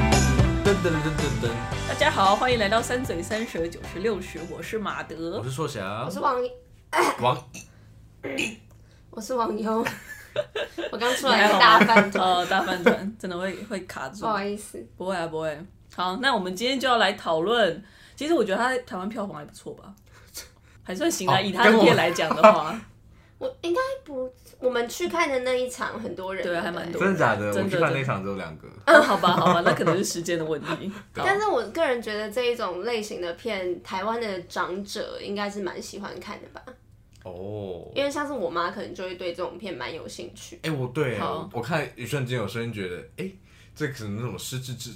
噔噔噔噔噔，大家好，欢迎来到三嘴三舌九十六十，我是马德我。是硕翔我是，网，王我是网友， 我刚出你还来好是吗大饭 团，呃，大饭团真的会会卡住不，好意思，不会啊，不会。好，那我们今天就要来讨论，其实我觉得它在台湾票房还不错吧，还算行啊。好以它的跟我片来讲的话，我应该不，我们去看的那一场很多人，对啊对，还蛮多真的假的？我真的去看那场只有两个，嗯，好吧，好吧，那可能是时间的问题。好但是我个人觉得这一种类型的片，台湾的长者应该是蛮喜欢看的吧，哦。因为像是我妈可能就会对这种片蛮有兴趣。哎，我对好我我看一瞬间有声音觉得，哎，这可能是什么失智症，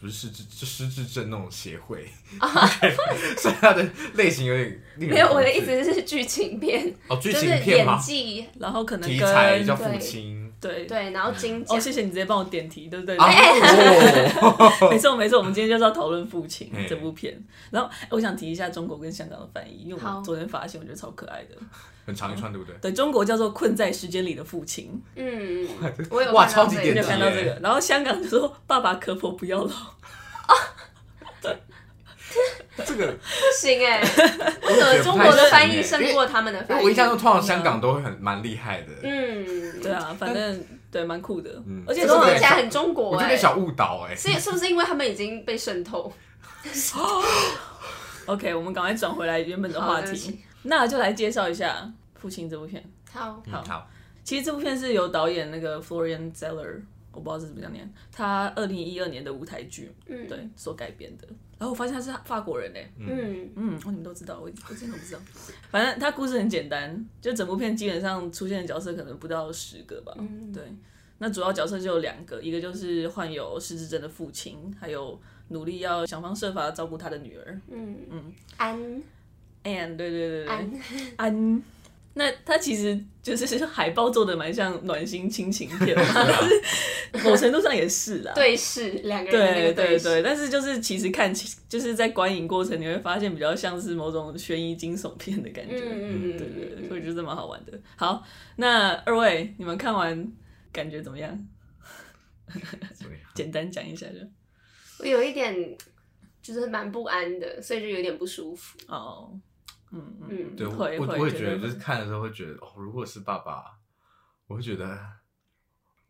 不是失智，这失智症那种协会， 所以它的类型有点令人没有，我恐的惧意思是剧情片，哦，剧就情是片演嘛，技然后可能题跟材叫对父亲对对，然后金奖哦，谢谢你直接帮我点题，对不对？啊，哎哦 没错没错，我们今天就是要讨论《父亲嘿》这部片。然后哎我想提一下中国跟香港的翻译，因为我好们昨天发现，我觉得超可爱的。很长一串，对不对？对中国叫做《困在时间里的父亲 嗯， 我有哇看到超级这点一你有击段看到这个？然后香港就说“爸爸可否不要老 这个不行哎、我 觉得中不太国的行翻译哎胜因为过他们的因翻为译。我印象中，通常香港都会很蛮厉害的。嗯”。，对啊，反正对蛮酷的嗯，而且这中种国听起来很中国我觉哎、得小误导哎、是是不是因为他们已经被渗透？ OK，我们赶快转回来原本的话好对题不起，那就来介绍一下《父亲》这部片。好，嗯好，其实这部片是由导演那个 Florian Zeller，我不知道是怎么样念，他二零一二年的舞台剧，嗯对，所改编的。然后我发现他是法国人哎，嗯，嗯，哦，你们都知道，我我真的不知道。反正他故事很简单，就整部片基本上出现的角色可能不到十个吧。嗯对，那主要角色就有两个，一个就是患有失智症的父亲，还有努力要想方设法照顾他的女儿。安 Anne，对对对对，安，安。那它其实就是 海报做的蛮像暖心亲情片嘛，但是某程度上也是啦。啊 对视两个人的那对个对视，对，但是就是其实看起就是在观影过程你会发现比较像是某种悬疑惊悚片的感觉，嗯嗯嗯对对对，嗯所以我觉得蛮好玩的。好，那二位你们看完感觉怎么样？所以简单讲一下就我有一点就是蛮不安的，所以就有点不舒服。哦，嗯嗯嗯，对，我会我会我也觉得，会就是看的时候会觉得，哦，如果是爸爸，我会觉得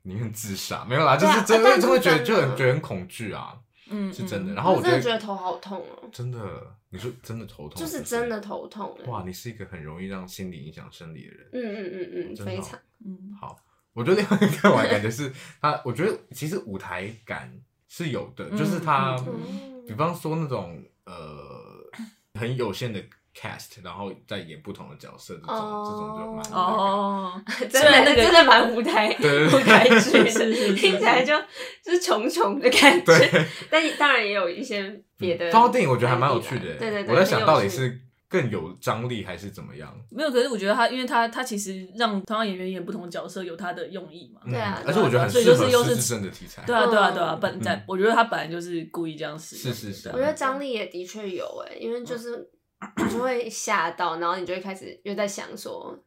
宁愿自杀，没有啦，就对啊是真啊但的是就会觉得真就的很觉得很恐惧啊，嗯是真的。嗯然后我觉真的觉得得头好痛哦，真的，你说真的头痛，就是真。的头痛哎。哇，你是一个很容易让心理影响生理的人。嗯嗯嗯嗯，真的哦非常嗯好，我觉得另外一个看完感觉是他，我觉得其实舞台感是有的，就是嗯他，嗯嗯比方说那种呃很有限的 cast，然后再演不同的角色，这种、这种就蛮有感觉哦，真的那个真的蛮舞台对舞对台 剧是的，是是听起来就就是穷穷的感觉。但当然也有一些别的。这套嗯电影我觉得还蛮有趣的、欸对对对，我在想很有到底趣是更有张力还是怎么样。没有，可是我觉得他，因为他他其实让同样演员演不同的角色，有他的用意嘛。对啊嗯对啊而且我觉得很所以适就是又合是失智症的题材。对啊，嗯对啊，对啊，本在、嗯我觉得他本来就是故意这样使用的。嗯是是是对啊我觉得张力也的确有哎、因为就是你就会吓到，然后你就会开始又在想说，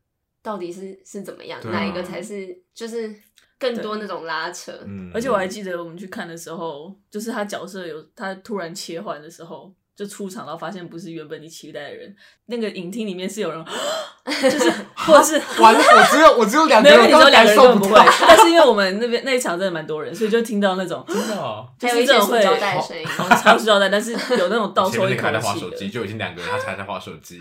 到底是是怎么样，对啊哪一个才是就是更多那种拉扯。嗯而且我还记得我们去看的时候，就是他角色有他突然切换的时候，就出场然后发现不是原本你期待的人，那个影厅里面是有人， 就是或 者是。完了，我只有我只有两个没人，有，你说我感两个人受根本不会到，，但是因为我们那边那一场真的蛮多人，所以就听到那种真的哦。就还有是一这些种塑会胶袋的声音，超塑胶袋，但是有那种倒前抽面一那个还口在划气手的。机，就已经两个人，他才在划手机，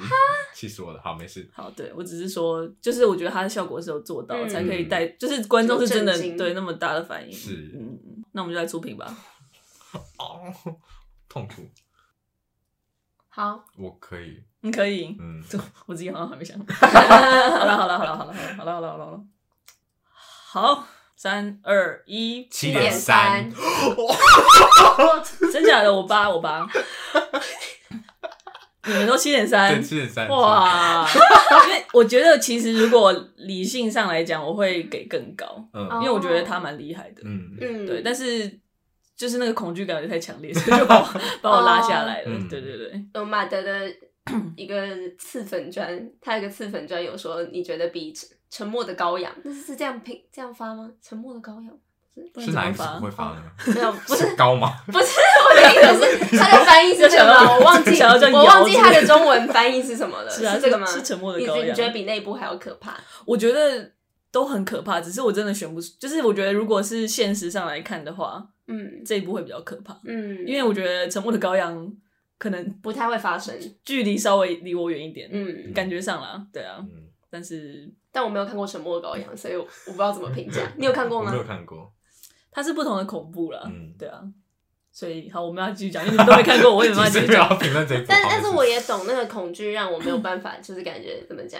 气死我了。好，没事。好，对我只是说，就是我觉得它的效果是有做到，嗯才可以带，就是观众是真的就震惊对那么大的反应。是嗯，嗯那我们就来出品吧。哦，痛苦，好，我可以，你可以，嗯，这我自己好像还没想。 好了，好了，好了，好了，好了，好了，好了，好了，好，三二一，七点三三，真假的？我八，我八，你们都七点三对，，七点三，哇！因为我觉得其实如果理性上来讲，我会给更高，因嗯哦为我觉得他蛮厉害的。嗯，嗯， 对，但是就是那个恐惧感有点太强烈， 所以就把 我把我拉哦下来了。嗯对对对，有马德的一个刺粉砖，他有一个刺粉砖有说，你觉得比沉沉默的羔羊，那是这样拼这样发吗？沉默的羔羊，不然是怎哪么啊一个字发不会发呢？没有，不 是是高吗？不是，我的意思是它的翻译是什想 么？要我忘记，想要叫我忘记摇它的中文翻译是什么 了，是啊，这个吗？是沉默的你羔你羊。觉得比那一部还要可怕？我觉得都很可怕，只是我真的选不出。就是我觉得如果是现实上来看的话，嗯这一部会比较可怕，嗯，因为我觉得沉默的羔羊可能不太会发生。距离稍微离我远一点，嗯，感觉上啦，对啊，嗯，但是但我没有看过《沉默的羔羊》，所以我我不知道怎么评 价。你有看过我吗没？有看过。它是不同的恐怖啦，嗯对啊，所以好，我们要继续讲，因为你们都没看过，我也 没办法继没续有讲。要评论这一部，但 好但是没事我也懂那个恐惧，让我没有办法，就是感觉怎么 讲，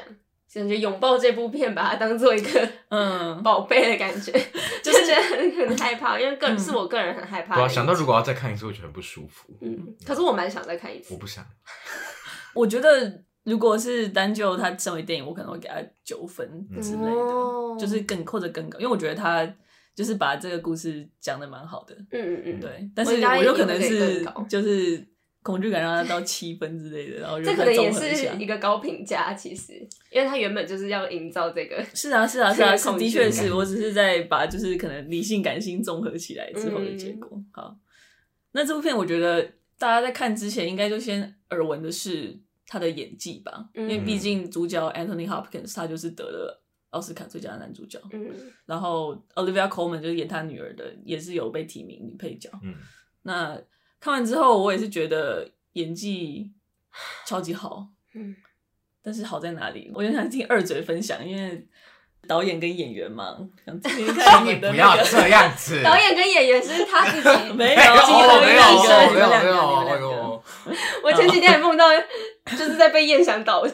感觉拥抱这部片，把它当做一个嗯，宝贝的感觉， 就是觉得很很害怕，因为个人嗯是我个人很害怕对的啊，一集。想到如果要再看一次，我觉得很不舒服。嗯，可是我蛮想再看一我次。不想，我觉得如果是单就它成为电影，我可能会给它九分嗯之类的，哦就是更或者更高，因为我觉得它就是把这个故事讲的蛮好的，嗯嗯嗯，对，但我是应该我有可能也会是更高就是恐惧感让它到七分之类的，然后就这再可能也综合一下是一个高评价，其实，因为他原本就是要营造这个是啊，是啊，是啊，这个是恐的惧确感是我只是在把就是可能理性感性综合起来之后的结果。好，那这部片我觉得大家在看之前应该就先耳闻的是他的演技吧，嗯因为毕竟主角 Anthony Hopkins 他就是得了奥斯卡最佳男主角，嗯然后 Olivia Colman 就是演他女儿的，也是有被提名女配角。嗯，那看完之后，我也是觉得演技超级好，嗯但是好在哪里？我就想听二嘴分享，因为导演跟演员嘛，想听听看请你你们的不那要个。。这样子。 导演跟演员是他自己没有，没有记得没有两个你没们有两没有，个，你们哎两个。呦，我前几天也梦到，就是在被燕翔导，这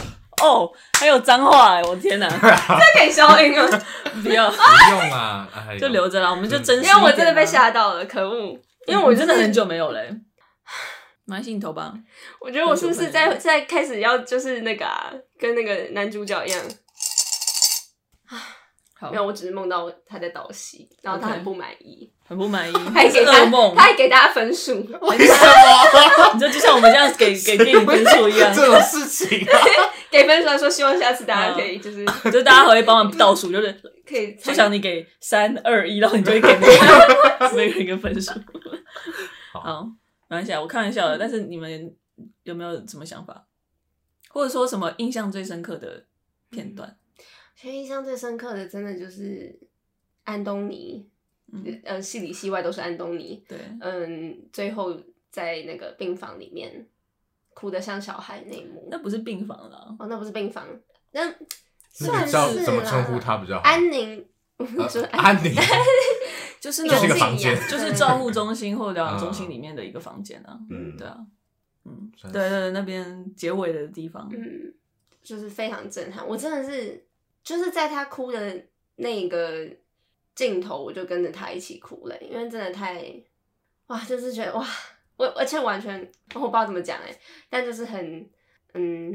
哦，还有脏话哎，我天 哪！可以消音啊吗？不要，不用啊，哎呦 就 留着啦，我们就真实一因点啊。为我真的被吓到了，可恶！因为我你就真的是很久没有 嘞。马信头吧，我觉得我是不是在在开始要就是那个、啊、跟那个男主角一样？好没，有，我只是梦到他在导戏，然后他 OK 很不满意，很不 满意，他还这给是他噩梦他。还给大家分数，为什么你知道，就像我们这样 给给电 影分数一样，这种事情啊？给分数他说希望下次大家可以就是就大家还会帮忙倒数，就是可以就参想你给三二一，然后你就会 给那个那个人一个分数。好好，没关系啊，我开玩笑的。但是你们有没有什么想法，或者说什么印象最深刻的片嗯段？其实印象最深刻的，真的就是安东尼，嗯，呃，戏里戏外都是安东尼。对，嗯，最后在那个病房里面哭得像小孩那一幕那。不是病房啦，哦，那不是病房，那那算你是知道啦怎么称呼他比较好？安宁， 呃就是安，安 宁，就是那就种是一个自己房间养就是对照护中心或疗养中心里面的一个房间啊。嗯对啊，嗯，算对是对对，那边结尾的地方，嗯，就是非常震撼。我真的是就是在他哭的那个镜头，我就跟着他一起哭了，因为真的太哇，就是觉得哇，我而且完全我不知道怎么讲哎、但就是很嗯。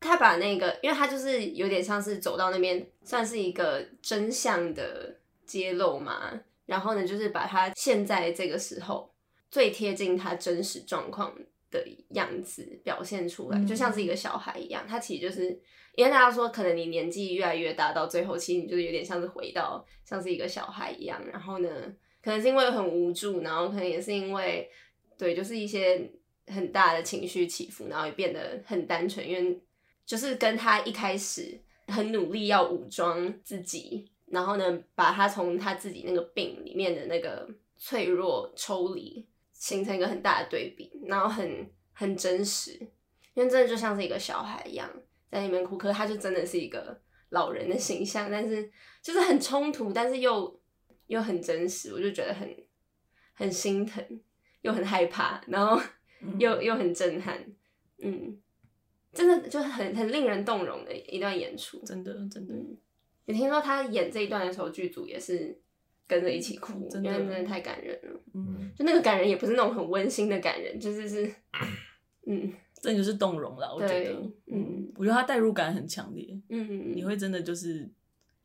他把那个，因为他就是有点像是走到那边，算是一个真相的揭露嘛。然后呢，就是把他现在这个时候最贴近他真实状况的样子表现出来，嗯就像是一个小孩一样。他其实就是，因为大家说，可能你年纪越来越大，到最后其实你就是有点像是回到像是一个小孩一样。然后呢，可能是因为很无助，然后可能也是因为对，就是一些很大的情绪起伏，然后也变得很单纯，因为就是跟他一开始很努力要武装自己，然后呢，把他从他自己那个病里面的那个脆弱抽离，形成一个很大的对比，然后很很真实，因为真的就像是一个小孩一样在那边哭，可是他就真的是一个老人的形象，但是就是很冲突，但是又又很真实，我就觉得很很心疼，又很害怕，然后嗯又又很震撼，嗯，真的就很很令人动容的一段演出。真的真的，嗯，也听说他演这一段的时候，剧组也是跟着一起哭，嗯真因的为真的太感人了。嗯，就那个感人也不是那种很温馨的感人，就是是，嗯这就是动容啦，我觉对得，嗯嗯，我觉得他代入感很强烈，嗯，你会真的就是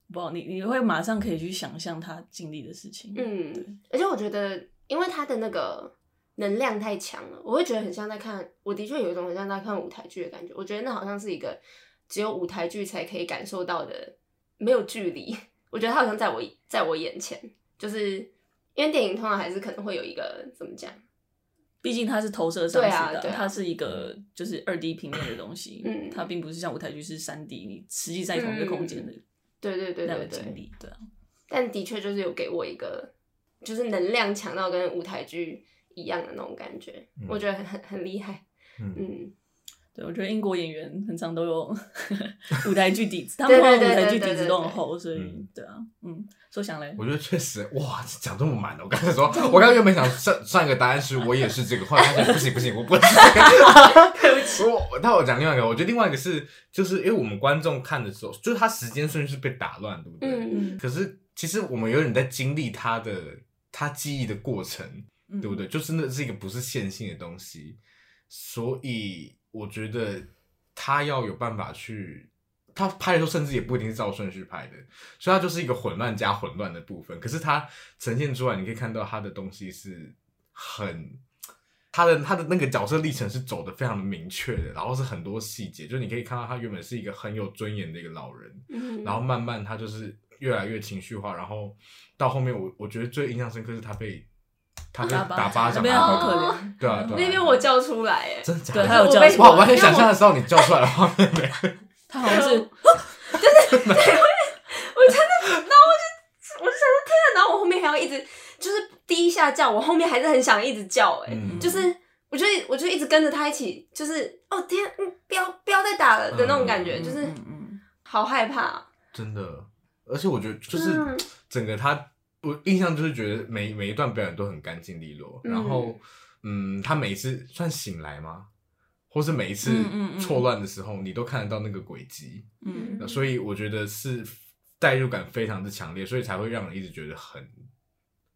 不知道你你会马上可以去想象他经历的事情。对嗯，而且我觉得，因为他的那个能量太强了，我会觉得很像在看，我的确有一种很像在看舞台剧的感觉。我觉得那好像是一个只有舞台剧才可以感受到的，没有距离，我觉得他好像在我在我眼前，就是因为电影通常还是可能会有一个怎么讲，毕竟它是投射上对去啊的，对啊它是一个就是二 D 平面的东西，嗯它并不是像舞台剧是三 D，你实际在同一个空间的嗯对对对那对个对经，历，对啊，但的确就是有给我一个，就是能量强到跟舞台剧一样的那种感觉，嗯我觉得很很很厉害。嗯嗯，对，我觉得英国演员很常都 有舞台剧底子，他们通常舞台剧底子都很厚，所以嗯对啊，嗯，说想嘞，我觉得确实，哇，讲这么满的，我刚才说，我刚刚原本想上上一个答案是我也是这个，后来发现不行不行，我不是这个。 对不起。我那我讲另外一个，我觉得另外一个是，就是因为我们观众看的时候，就是他时间顺序是被打乱，对不对？嗯可是其实我们有点在经历他的他记忆的过程，嗯对不？对？就真的是一个不是线性的东西，所以我觉得他要有办法去，他拍的时候甚至也不一定是照顺序拍的，所以它就是一个混乱加混乱的部分。可是它呈现出来，你可以看到他的东西是很。他的他的那个角色历程是走的非常的明确的，然后是很多细节，就是你可以看到他原本是一个很有尊严的一个老人，嗯然后慢慢他就是越来越情绪化，然后到后面我我觉得最印象深刻是他被他被打打巴那掌，边然好后可哦怜，对啊对啊那边我叫出来，哎，真的假对，的？他有我叫被出哇，我来，很想象得到你叫出来的画面没？他好像是我就想说天啊，然后我后面还要一直就是第一下叫，我后面还是很想一直叫、哎、嗯就是我就一我就一直跟着他一起，就是哦天，嗯，不要不要再打了的那种 感觉，嗯就是嗯嗯好害怕，啊真的，而且我觉得就是嗯整个他，我印象就是觉得每每一段表演都很干净利落，嗯然后嗯，他每一次算醒来吗？或是每一次嗯嗯嗯错乱的时候，你都看得到那个轨迹，嗯那所以我觉得是代入感非常的强烈，所以才会让人一直觉得很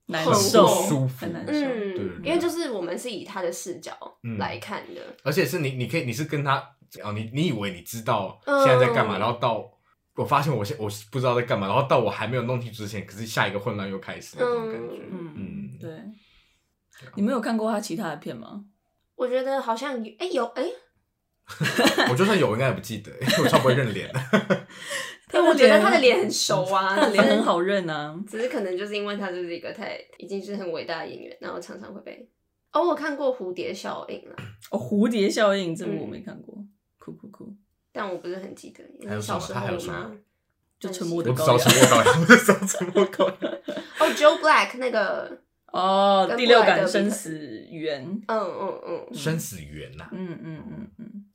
难很不受，舒服很难受，嗯，对对对因为就是我们是以他的视角嗯来看的，而且是你，你可以，你是跟他哦，你你以为你知道嗯现在在干嘛，然后到我发现我现我是不知道在干嘛，然后到我还没有弄清楚之前，可是下一个混乱又开始那种感觉。嗯嗯对。你们有看过他其他的片吗？我觉得好像有哎、有哎、 我就算有，我应该也不记得，因为我超不会认 脸的。但哎我觉得他的脸很熟啊，他的脸只是很好认啊， 只是可能就是因为他就是一个太已经是很伟大的演员，然后常常会被哦，我有看过《蝴蝶效应》啦， 哦，蝴蝶效应这部我嗯没看过，酷酷酷，但我不是很记得，因还有为什么小时他还有候什么嘛。就很沉喜默我的只知羔道沉。默羊羔 羊，我只知道沉默羔羊。哦，Joe Black 那个，哦，跟第布六莱德感比生特死缘，嗯嗯嗯，生死缘呐、嗯嗯嗯嗯，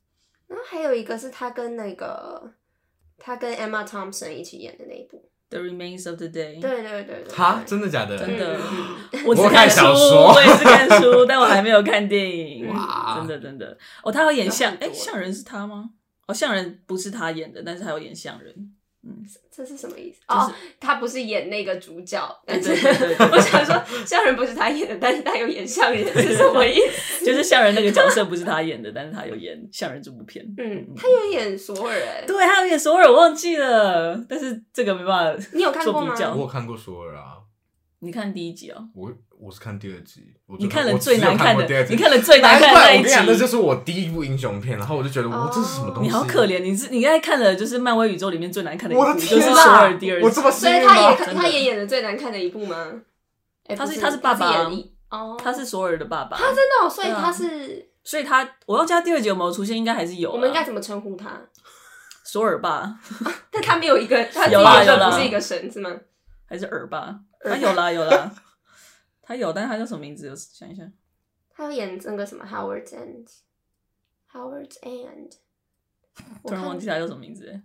然后还有一个是他跟那个他跟 Emma Thompson 一起演的那一部， 《The Remains of the Day》对对对对，哈，对真的假的？真的嗯我只我看书，小说我也是看 书，但我还没有看电影。哇真的真的，哦，他有演有像，很哎，多像人是他吗？哦，像人不是他演的，但是他有演像人。嗯，这是什么意思？就是哦，他不是演那个主角，但是 对对对对对我想说，像人不是他演的，但是他有演像人，是什么意 思？就是像人那个角色不是他演的，但是他有演像人这部片。嗯，他有演索尔，哎，对，他有演索尔，我忘记了，但是这个没办法。你有看过吗做比较我有看过索尔啊，你看第一集哦，我我是看第二集，我就你看了我只有最难看看过的第二，集你看了 最难难看的怪那我跟一你讲，那就集。是我第一部英雄片，然后我就觉得，哦哇，这是什么东西？你好可怜，你是你刚才看了就是漫威宇宙里面最难看的一部，我的就是天索啊尔第二集。我这么所幸以运他也吗？真看的他也演的最难看的一部吗？哎他不是是他是爸爸他是演哦，他是索尔的爸爸，他真的哦，所以对啊他是所以他我要加第二集有没有出现，应该还是有啦。我们应该怎么称呼他？索尔爸但他没有一个， 他自己有啦原有啦本不是一个神是吗？还是尔爸？他有啦有啦，他有，但是他叫什么名字？我想一下，他要演那个什么 Howard's End，Howard's End，我突然看忘记他叫什么名字欸。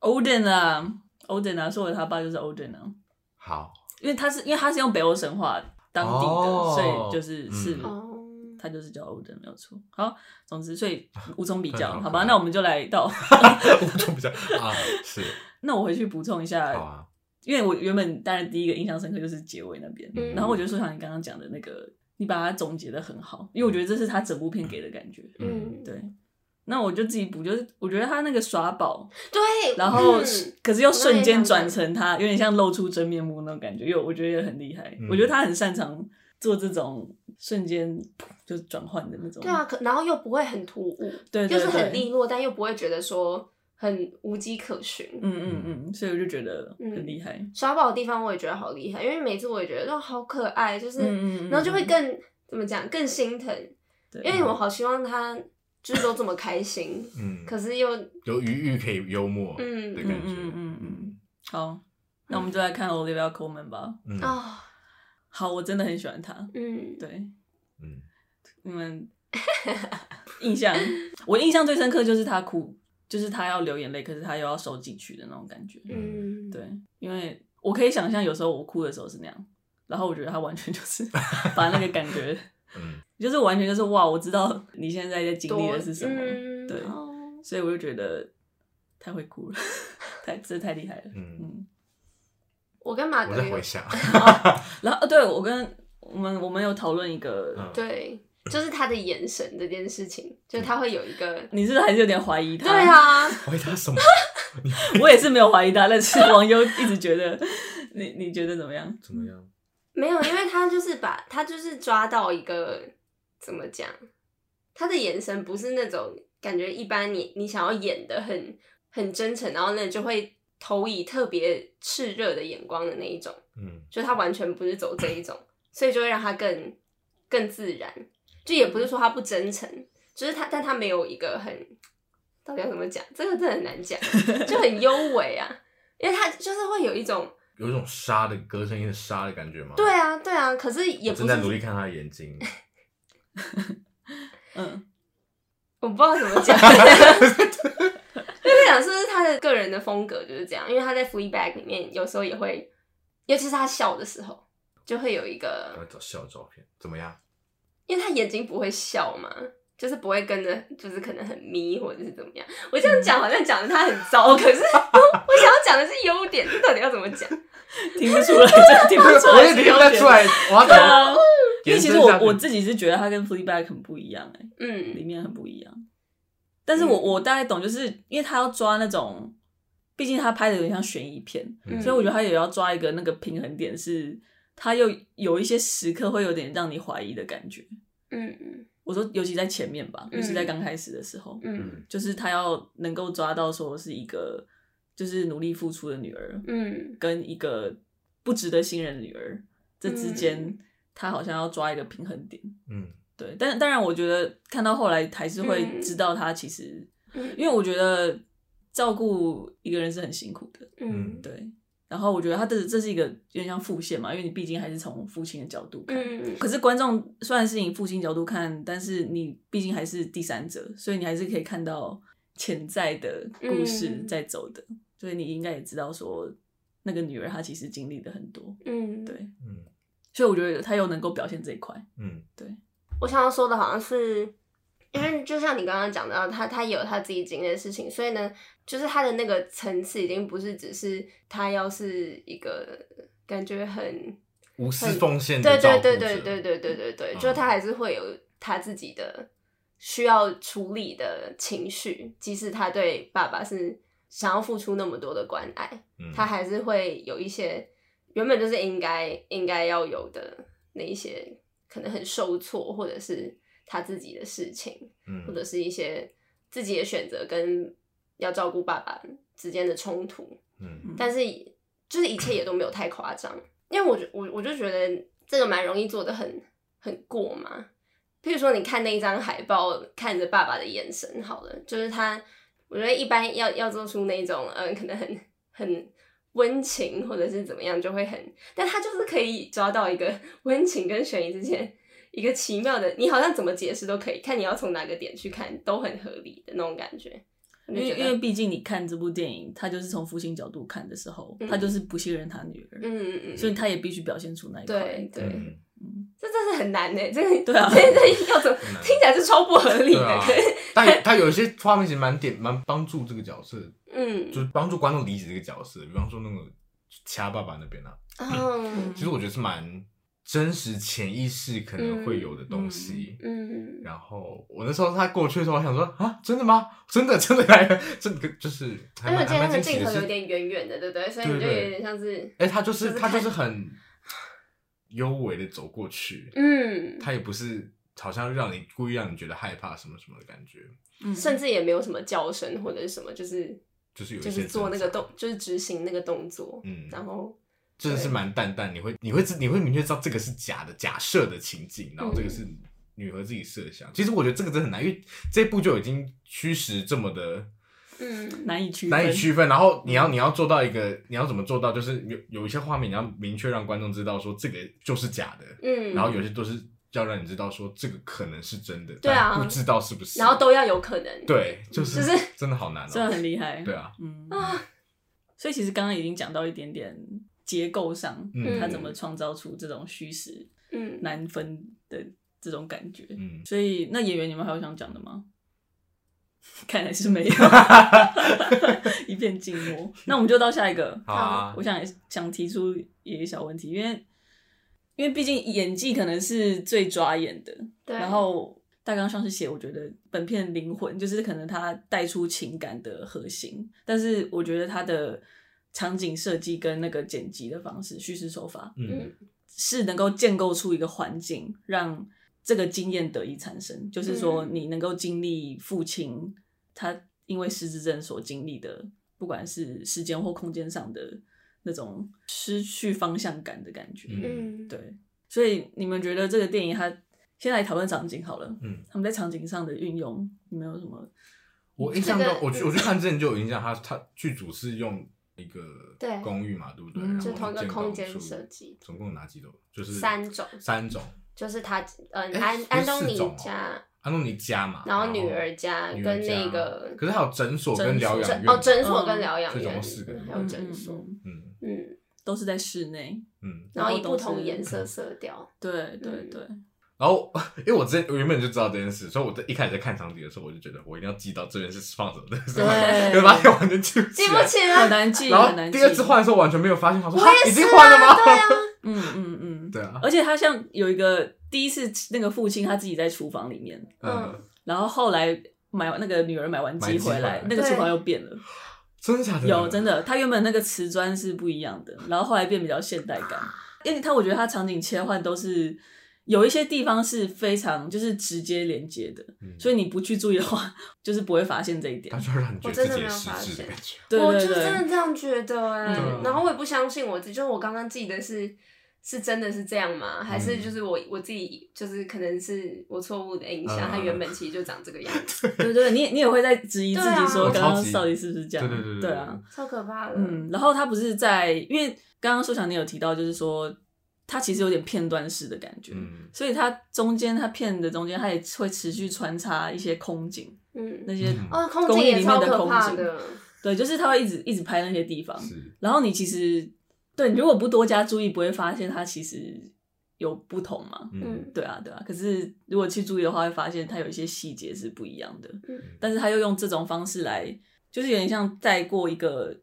Odin 啊，Odin 啊，索尔他爸就是 Odin 啊，好， 因为他是因为他是用北欧神话当地的，哦所以就是是。嗯哦，他就是叫 Odin 没有错。好，总之，所以无从比太较，好好了吧？那我们就来 到，我就比较啊，是那我回去补充一下好啊，因为我原本当然第一个印象深刻就是结尾那边，嗯然后我觉得说像你刚刚讲的那个，你把它总结的很好，因为我觉得这是他整部片给的感觉。嗯嗯，对，那我就自己补，就是我觉得他那个耍宝，对，然后、嗯可是又瞬间我刚转也想成他有点像露出真面目那种感觉，因为我觉得也很厉害，嗯我觉得他很擅长做这种瞬间噗就转换的那种。对啊，可然后又不会很突兀，对对啊就是对很利落，但又不会觉得说很无迹可寻。嗯嗯嗯，所以我就觉得很厉害。耍宝的地方我也觉得好厉害，因为每次我也觉得哦好可爱，就是、嗯嗯嗯，然后就会更怎么讲更心疼，对，嗯因为我好希望他就是都这么开心，嗯，可是又有余裕可以幽默嗯的嗯感觉，嗯嗯嗯，好，那我们就来看 Olivia Colman 吧。嗯啊好，我真的很喜欢她。嗯对，嗯你 们印象，我印象最深刻就是她哭，就是她要流眼泪，可是她又要收进去的那种感觉。嗯，对，因为我可以想象有时候我哭的时候是那样，然后我觉得他完全就是 把那个感觉，嗯就是完全就是哇，我知道你现在在经历多的是什么，嗯对哦所以我就觉得太会哭了，太真的太厉害了。嗯，嗯，我跟马我哥在有回想，然后呃，对我跟我们我们有讨论一个，嗯对，就是他的眼神这件事情，嗯就是他会有一个。你是不是还是有点怀疑他？对，啊， 回答 什么？我也是没有怀疑他，但是网友一直觉得你你觉得怎么样？怎么样？没有，因为他就是把他就是抓到一个怎么讲，他的眼神不是那种感觉一般你你想要演的很很真诚，然后呢就会投以特别炽热的眼光的那一种，嗯就他完全不是走这一种，所以就会让他更更自然，就也嗯不是说他不真诚，就是他但他没有一个很到底要怎么讲，这个真的很难讲，就很 优美啊，因为他就是会有一种有一种沙的歌声音的沙的感觉吗？对，啊对啊，可是也我不正是在努力看他的眼 睛，嗯，我不知道怎么讲，就是讲是不是他的个人的风格就是这样，因为他在 Fleabag 里面有时候也会，尤其是他笑的时候，就会有一我要个，找笑的照片，怎么样？因为他眼睛不会笑嘛，就是不会跟着，就是可能很眯或者是怎么样。我这样讲好像讲的他很糟，可是 我想要讲的是优点，这到底要怎么讲？听不出来，真的听不出来， 我也听不太出。来，我要对怎啊么？，因为其实延伸下我去我自己是觉得它跟 Fleabag 很不一样、欸，里嗯面很不一样。但是我嗯我大概懂，就是因为他要抓那种，毕竟他拍的有点像悬疑片，嗯，所以我觉得他也要抓一个那个平衡点是，他又有一些时刻会有点让你怀疑的感觉。嗯嗯我说，尤其在前面吧，嗯尤其在刚开始的时候，嗯就是他要能够抓到说是一个就是努力付出的女儿，嗯跟一个不值得信任的女儿这之间嗯，他好像要抓一个平衡点。嗯对，但当然，我觉得看到后来还是会嗯知道他其实，嗯因为我觉得照顾一个人是很辛苦的，嗯对。然后我觉得他这这是一个有点像复线嘛，因为你毕竟还是从父亲的角度看。嗯可是观众虽然是以父亲角度看，但是你毕竟还是第三者，所以你还是可以看到潜在的故事嗯在走的，所以你应该也知道说那个女儿她其实经历了很多，嗯，对。嗯所以我觉得她又能够表现这一块，嗯我想要说的好像是，因为就像你刚刚讲到，他他也有他自己经历的事情，所以呢，就是他的那个层次已经不是只是他要是一个感觉很，无私奉献的对照对顾者对对对对对对对，嗯就他还是会有他自己的需要处理的情绪，即使他对爸爸是想要付出那么多的关爱，嗯他还是会有一些原本就是应该应该要有的那一些，可能很受挫，或者是他自己的事情，嗯或者是一些自己的选择跟要照顾爸爸之间的冲突，嗯但是就是一切也都没有太夸张，因为我觉我我就觉得这个蛮容易做的很很过嘛。譬如说，你看那一张海报，看着爸爸的眼神，好了，就是他，我觉得一般要要做出那种，嗯、可能很很温情或者是怎么样，就会很，但他就是可以抓到一个温情跟悬疑之间一个奇妙的，你好像怎么解释都可以，看你要从哪个点去看，都很合理的那种感觉。我因为就觉因得为毕竟你看这部电影，他就是从父亲角度看的时候，嗯他就是不信任他女儿，嗯嗯嗯，所以他也必须表现出那一块。对对。嗯这真的很难呢，这个对啊这这要怎么很难听起来是超不合理对的， 啊可是，但他有一些画面其实蛮点蛮帮助这个角色，嗯就是帮助观众理解这个角色，比方说那个掐爸爸那边啊，嗯其实我觉得是蛮真实潜意识可能会有的东西。嗯然后我那时候他过去的时候，我想说啊，真的吗？真的真的来了，这个就是还因为蛮我记得还他的蛮惊喜镜的头有是，点远远的，对不对？所以你就对对有点像是，哎，他就是就是他看就是很优美的走过去，嗯他也不是好像让你故意让你觉得害怕什么什么的感觉，嗯甚至也没有什么叫声或者是什么，就是就是有一就些是做那个挣扎动，就是执行那个动作，嗯，然后真的是蛮淡淡，你会你会知你会明确知道这个是假的假设的情境，然后这个是女和自己设想。其实我觉得这个真的很难，因为这一步就已经驱使这么的嗯，难以区分，难以区分，然后你要你要做到一个你要怎么做到，就是有有一些画面你要明确让观众知道说这个就是假的，嗯，然后有些都是要让你知道说这个可能是真的，对啊但不知道是不是，然后都要有可能，对，就是就是真的好难真的很哦，厉害。对，啊，嗯所以其实刚刚已经讲到一点点结构上，嗯他怎么创造出这种虚实嗯，难分的这种感觉。嗯，所以那演员你们还有想讲的吗？ 看来是没有， 一片静默。那我们就到下一个。好啊我，想想提出一个小问题，因为因为毕竟演技可能是最抓眼的，对，然后大纲上是写，我觉得本片灵魂就是可能它带出情感的核心，但是我觉得它的场景设计跟那个剪辑的方式、叙事手法嗯嗯是能够建构出一个环境，让这个经验得以产生。就是说，你能够经历父亲他因为失智症所经历的，不管是时间或空间上的那种失去方向感的感觉。嗯，对，所以你们觉得这个电影它先来讨论场景好了。嗯，他们在场景上的运用，你们有什么？我印象中这个，我去我去看之前就有印象，他他剧组是用一个对公寓嘛，对不对？嗯然后就同一个建构空间出设计总共有哪几种？就是三种三种。就是他，嗯，诶安哎不是安东四尼种哦家，安东尼家嘛，然后女儿家女儿跟家那个可是还有诊所跟诊疗所养诊院哦嘛诊所嗯跟疗养所以总院共四个，还有嗯诊所，嗯嗯嗯嗯，都是在室内。嗯。然后以都不同是颜色色调，对对嗯对，然后因为我之前我原本就知道这件事，所以我在一开始在看场景的时候，我就觉得我一定要记到这边是放什么的，对 可是发现完全记不记不啊来。起很来，难记，然很后难第记。二次换，的时候完全没有发现，我说啊我哈也已是经换了啊，吗？对啊，嗯嗯嗯， 对啊，而且他像有一个第一次那个父亲他自己在厨房里面，嗯，然后后来买那个女儿买完买鸡鸡回来回来，那个厨对房又变了，真的假的？有真的，他原本那个瓷砖是不一样的，然后后来变比较现代感，因为他我觉得他场景切换都是有一些地方是非常就是直接连接的，嗯，所以你不去注意的话， 就是不会发现这一点他。就让你觉得我真自己的没也有失发智的现感 觉。 对我对就真对的这样觉得哎、嗯然后我也不相信我自己，就是我刚刚自己的是是真的是这样吗？还是就是嗯我我自己就是可能是我错误的印象，嗯它原本其实就长这个样 子，对对，你也你也会在质疑自对己啊说我刚超刚级到底是不是这样？对对对对啊，超可怕的。嗯，然后他不是在，因为刚刚苏强你有提到，就是说他其实有点片段式的感觉，嗯，所以他中间他片的中间，他也会持续穿插一些空景嗯，那些。嗯哦，空公姐寓也里面超的可空怕姐的。对，就是他会一直一直拍那些地方，是，然后你其实对，你如果不多加注意，不会发现它其实有不同嘛。嗯嗯对啊，对啊。可是如果去注意的话，会发现它有一些细节是不一样的。嗯但是他又用这种方式来，就是有点像带过一个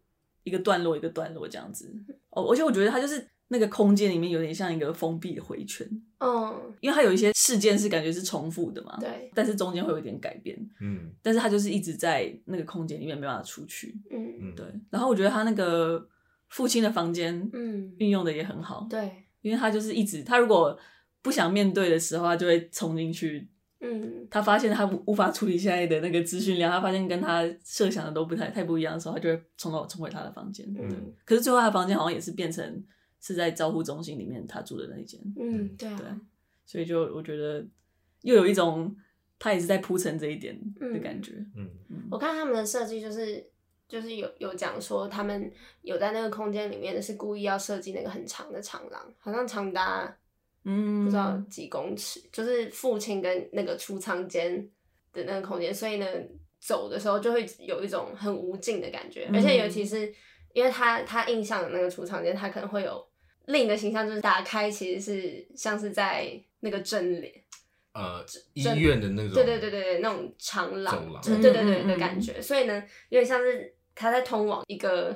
一个段落一个段落这样子。哦，而且我觉得它就是那个空间里面有点像一个封闭的回圈，嗯，因为它有一些事件是感觉是重复的嘛。。对，但是中间会有一点改变，嗯但是它就是一直在那个空间里面没办法出去。嗯嗯，对，然后我觉得他那个父亲的房间，嗯，运用的也很好，对，因为他就是一直，他如果不想面对的时候，他就会冲进去。嗯他发现他无无法处理现在的那个资讯量，他发现跟他设想的都不太太不一样的时候，他就会冲到冲回他的房间。对，嗯可是最后他的房间好像也是变成是在照护中心里面他住的那一间，嗯，对对啊，，所以就我觉得又有一种他也是在铺陈这一点的感觉。嗯嗯我看他们的设计就是就是有有讲说，他们有在那个空间里面是故意要设计那个很长的长廊，好像长达嗯不知道几公尺，就是父亲跟那个储藏间的那个空间，所以呢，走的时候就会有一种很无尽的感觉，嗯而且尤其是因为他他印象的那个储藏间，他可能会有另一个形象，就是打开其实是像是在那个正脸。呃，医院的那种，对对对对对，那种长廊走，廊对对对嗯对嗯嗯的感觉。所以呢，有点像是他在通往一个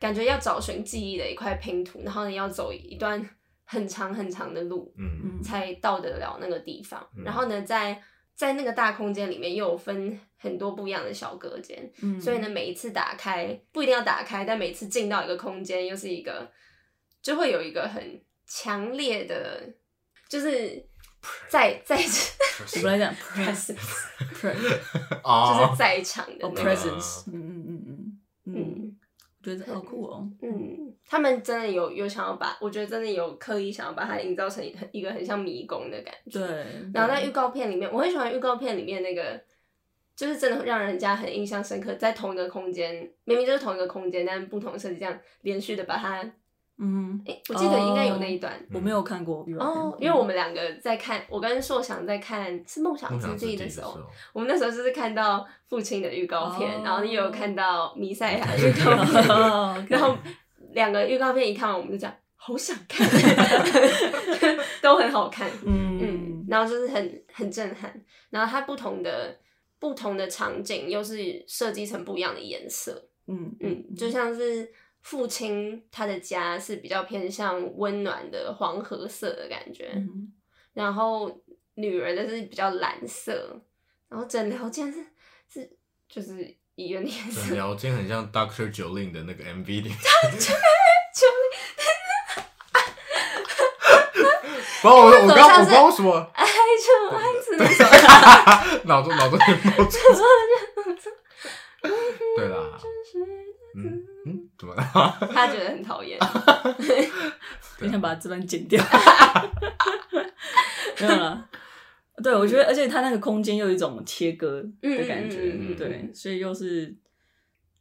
感觉要找寻记忆的一块拼图，然后你要走一段很长很长的路嗯，嗯才到得了那个地方。嗯然后呢，在在那个大空间里面又有分很多不一样的小隔间，嗯所以呢，每一次打开不一定要打开，但每次进到一个空间，又 是 一个就会有一个很强烈的，就是在在我们来 讲 presence，就啊是，在场的哦那个， presence，嗯嗯嗯嗯嗯，嗯觉得好酷哦，嗯，他们真的有有想要把，我觉得真的有刻意想要把它营造成一个很像迷宫的感觉。对，然后在对预告片里面，我很喜欢预告片里面那个，就是真的让人家很印象深刻，在同一个空间，明明就是同一个空间，但是不同设计，这样连续的把它，嗯，诶，我记得应该有那一段。我没有嗯看过预告片哦，因为 我们两个在看，我跟硕翔在看是《梦想梦之想之地》地的的时时候，候，我们那时候就是看到父亲的预告片，哦然后也有看到弥赛亚的预告片， 然后两个预告片一看完，我们就讲好想看， 都很好看。嗯嗯，然后就是很很震撼。然后它不同的不同的场景又是设计成不一样的颜色，嗯嗯，就像是父亲他的家是比较偏向温暖的黄褐色的感觉，嗯然后女儿的是比较蓝色，然后诊疗竟然是是就是医院的颜诊色，疗间很像 Doctor Jolin 的那个 MV 里面， 不知道我我刚我不知道为什 么 爱就爱只能说脑中脑中有冒出，对啦，嗯嗯，怎么了？ 他觉得很讨厌，很想把这段剪 掉，没有了。对，我觉得，而且它那个空间又有一种切割的感觉，嗯嗯嗯嗯对，所以又是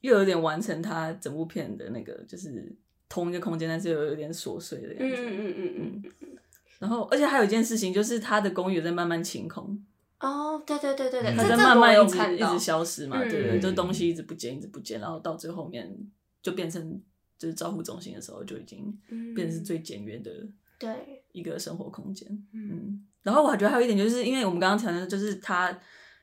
又有点完成它整部片的那个，就是同一个空间，但是又有点琐碎的感嗯觉。嗯嗯嗯嗯，然后，而且还有一件事情，就是他的公寓有在慢慢清空，哦，对对对对对，嗯它这在这个慢我慢有一直看一到直，消失嘛，嗯对对，嗯就东西一直不见，一直不见，然后到最后面就变成就是照护中心的时候，就已经变成是嗯最简约的对，一个生活空间。嗯嗯，然后我还觉得还有一点，就是因为我们刚刚谈的，就是它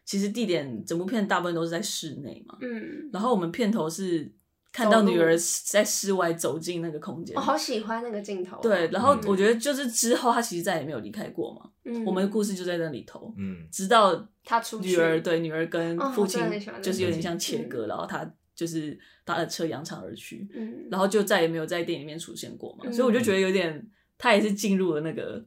其实地点整部片大部分都是在室内嘛，嗯，然后我们片头是看走到路女儿在室外走进那个空间我，好喜欢那个镜头啊，对，然后嗯我觉得就是之后她其实再也没有离开过嘛，嗯我们的故事就在那里头，嗯，直到他出去女儿对女儿跟哦父我亲真的很喜欢那就是有个点情像切割，然后她就是搭了车扬长而去，嗯，然后就再也没有在电影里面出现过嘛，嗯所以我就觉得有点，她也是进入了那个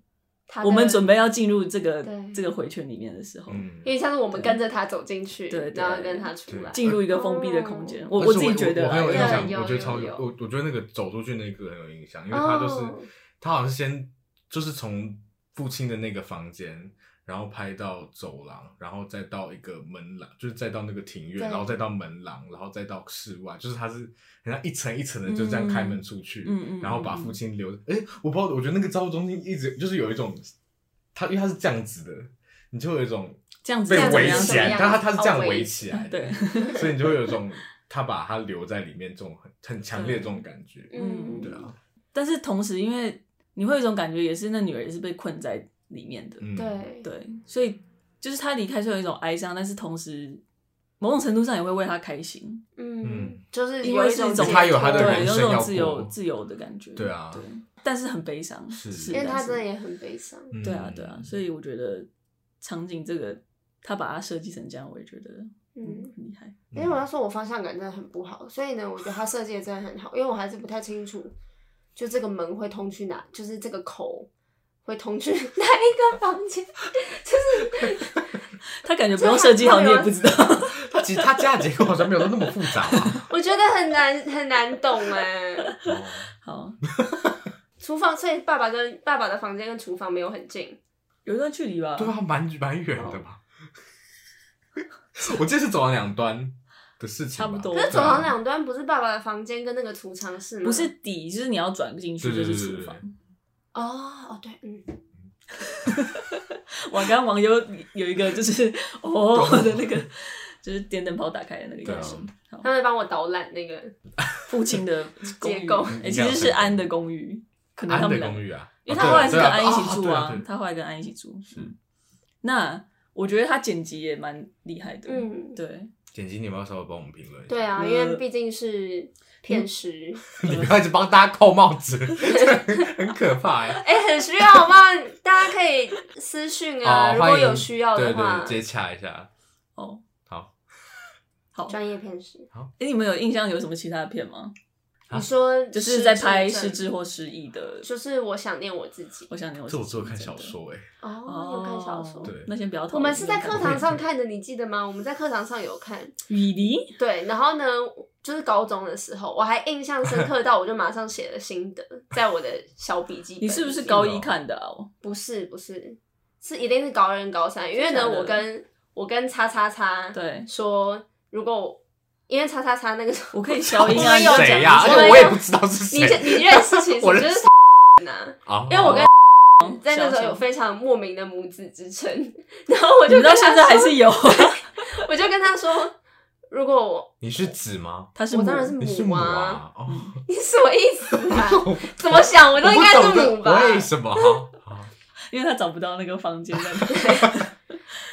他的我们准备要进入这个对这个回圈里面的时候，嗯因为像是我们跟着他走进去，对对然后跟他出来，进入一个封闭的空哦间。而我且我自己觉得我啦，啊很有印象，对有我觉得超有有我我觉得那个走出去那一刻很有印象，因为他就是、哦他好像先就是从父亲的那个房间，然后拍到走廊，然后再到一个门廊，就是再到那个庭院，对然后再到门廊，然后再到室外，就是他是很像一层一层的就这样开门出去，嗯嗯，然后把嗯父亲留。哎、我不知道，我觉得那个照顾中心一直就是有一种，他因为他是这样子的，你就会有一种这样子被这样子围怎起么来，样但他他是这样哦围围起来的，对， 所以你就会有一 种他把他留在里面这种很很强烈的这种感觉。嗯，对啊，但是同时，因为你会有一种感觉，也是那女儿也是被困在里面的，嗯，对，对，所以就是她离开是有一种哀伤，但是同时某种程度上也会为她开心，嗯嗯，就是因有为一是种一种他有他的对人有生种要自由过自由的感觉，对啊对，但是很悲伤，是是，因为他但是真的也很悲伤，嗯对啊，对啊，所以我觉得场景这个，他把它设计成这样，我也觉得嗯嗯。很厉害。因为我要说，我方向感真的很不好，所以呢，我觉得他设计的真的很好，因为我还是不太清楚，就这个门会通去哪，就是这个口会通去 哪一个房间， 他感觉不用设计好，你也不知啊道。他其实他家的结构好像没有到那么复杂、 啊。我觉得很难很难懂哎。好，厨房，所以爸爸跟爸爸的房间跟厨房没有很近，有一段距离吧。对啊，蛮蛮远的哦吧？我记得是走廊两端的事情吧，啊差不多可是走廊两端不是爸爸的房间跟那个储藏室吗？不是底，就是你要转进去对就对是对厨对房。哦哦对，嗯，我刚刚网友有一个就是哦的那个，就是电灯泡打开的那个对啊眼神。好他，们帮我导览那个，父亲的公寓结构，嗯哎，其实是安的公寓，可能他安们的两个公寓啊，因为哦他后来是对跟啊安一起住对啊啊对，他后来跟安一起住。嗯，那我觉得他剪辑也蛮厉害的。，嗯，对，剪辑，你们要稍微帮我们评论一下。对，啊，因为毕竟是片时， 你不要一直帮大家扣帽 子，很可怕哎、哎、很需要好不好？大家可以私讯啊，哦如欢果迎有需要对的话对，，接洽一下。哦，好好。专业片时，哎，你们有印象有什么其他的片吗？你说就是在失智拍症失智，或失忆的。就是我想念我自己我想念我这我自只有己看真小的说哎、哦，有哦，看小说。对那先不要讨我论。们是在先课看堂上看的，你记得吗？我们在课堂上 有看，雨梨，对，然后呢，就是高中的时候，我还印象深刻到我就马上写了心得，在我的小笔记本里你面。是不是高一看的啊？不是不是，是一定是高二高三，因为呢，真的假的我跟我跟叉叉叉对说，如果我因为叉叉叉那个时候我可以消音啊我们有你讲谁呀、而且我们我也有不知道是你谁你认识其实 我就认是识啊，啊，因为我跟在那时小候有小非常莫名的母子之称， 然后 我你就们到跟他现在还说是 有，我就跟他说，如果我你是子吗？他是我母当然是你是母母啊，啊？哦，你什么意思啊？ 我怎么想 我我都应不该懂是得母吧？为什么？啊因为他找不到那个房间在哪。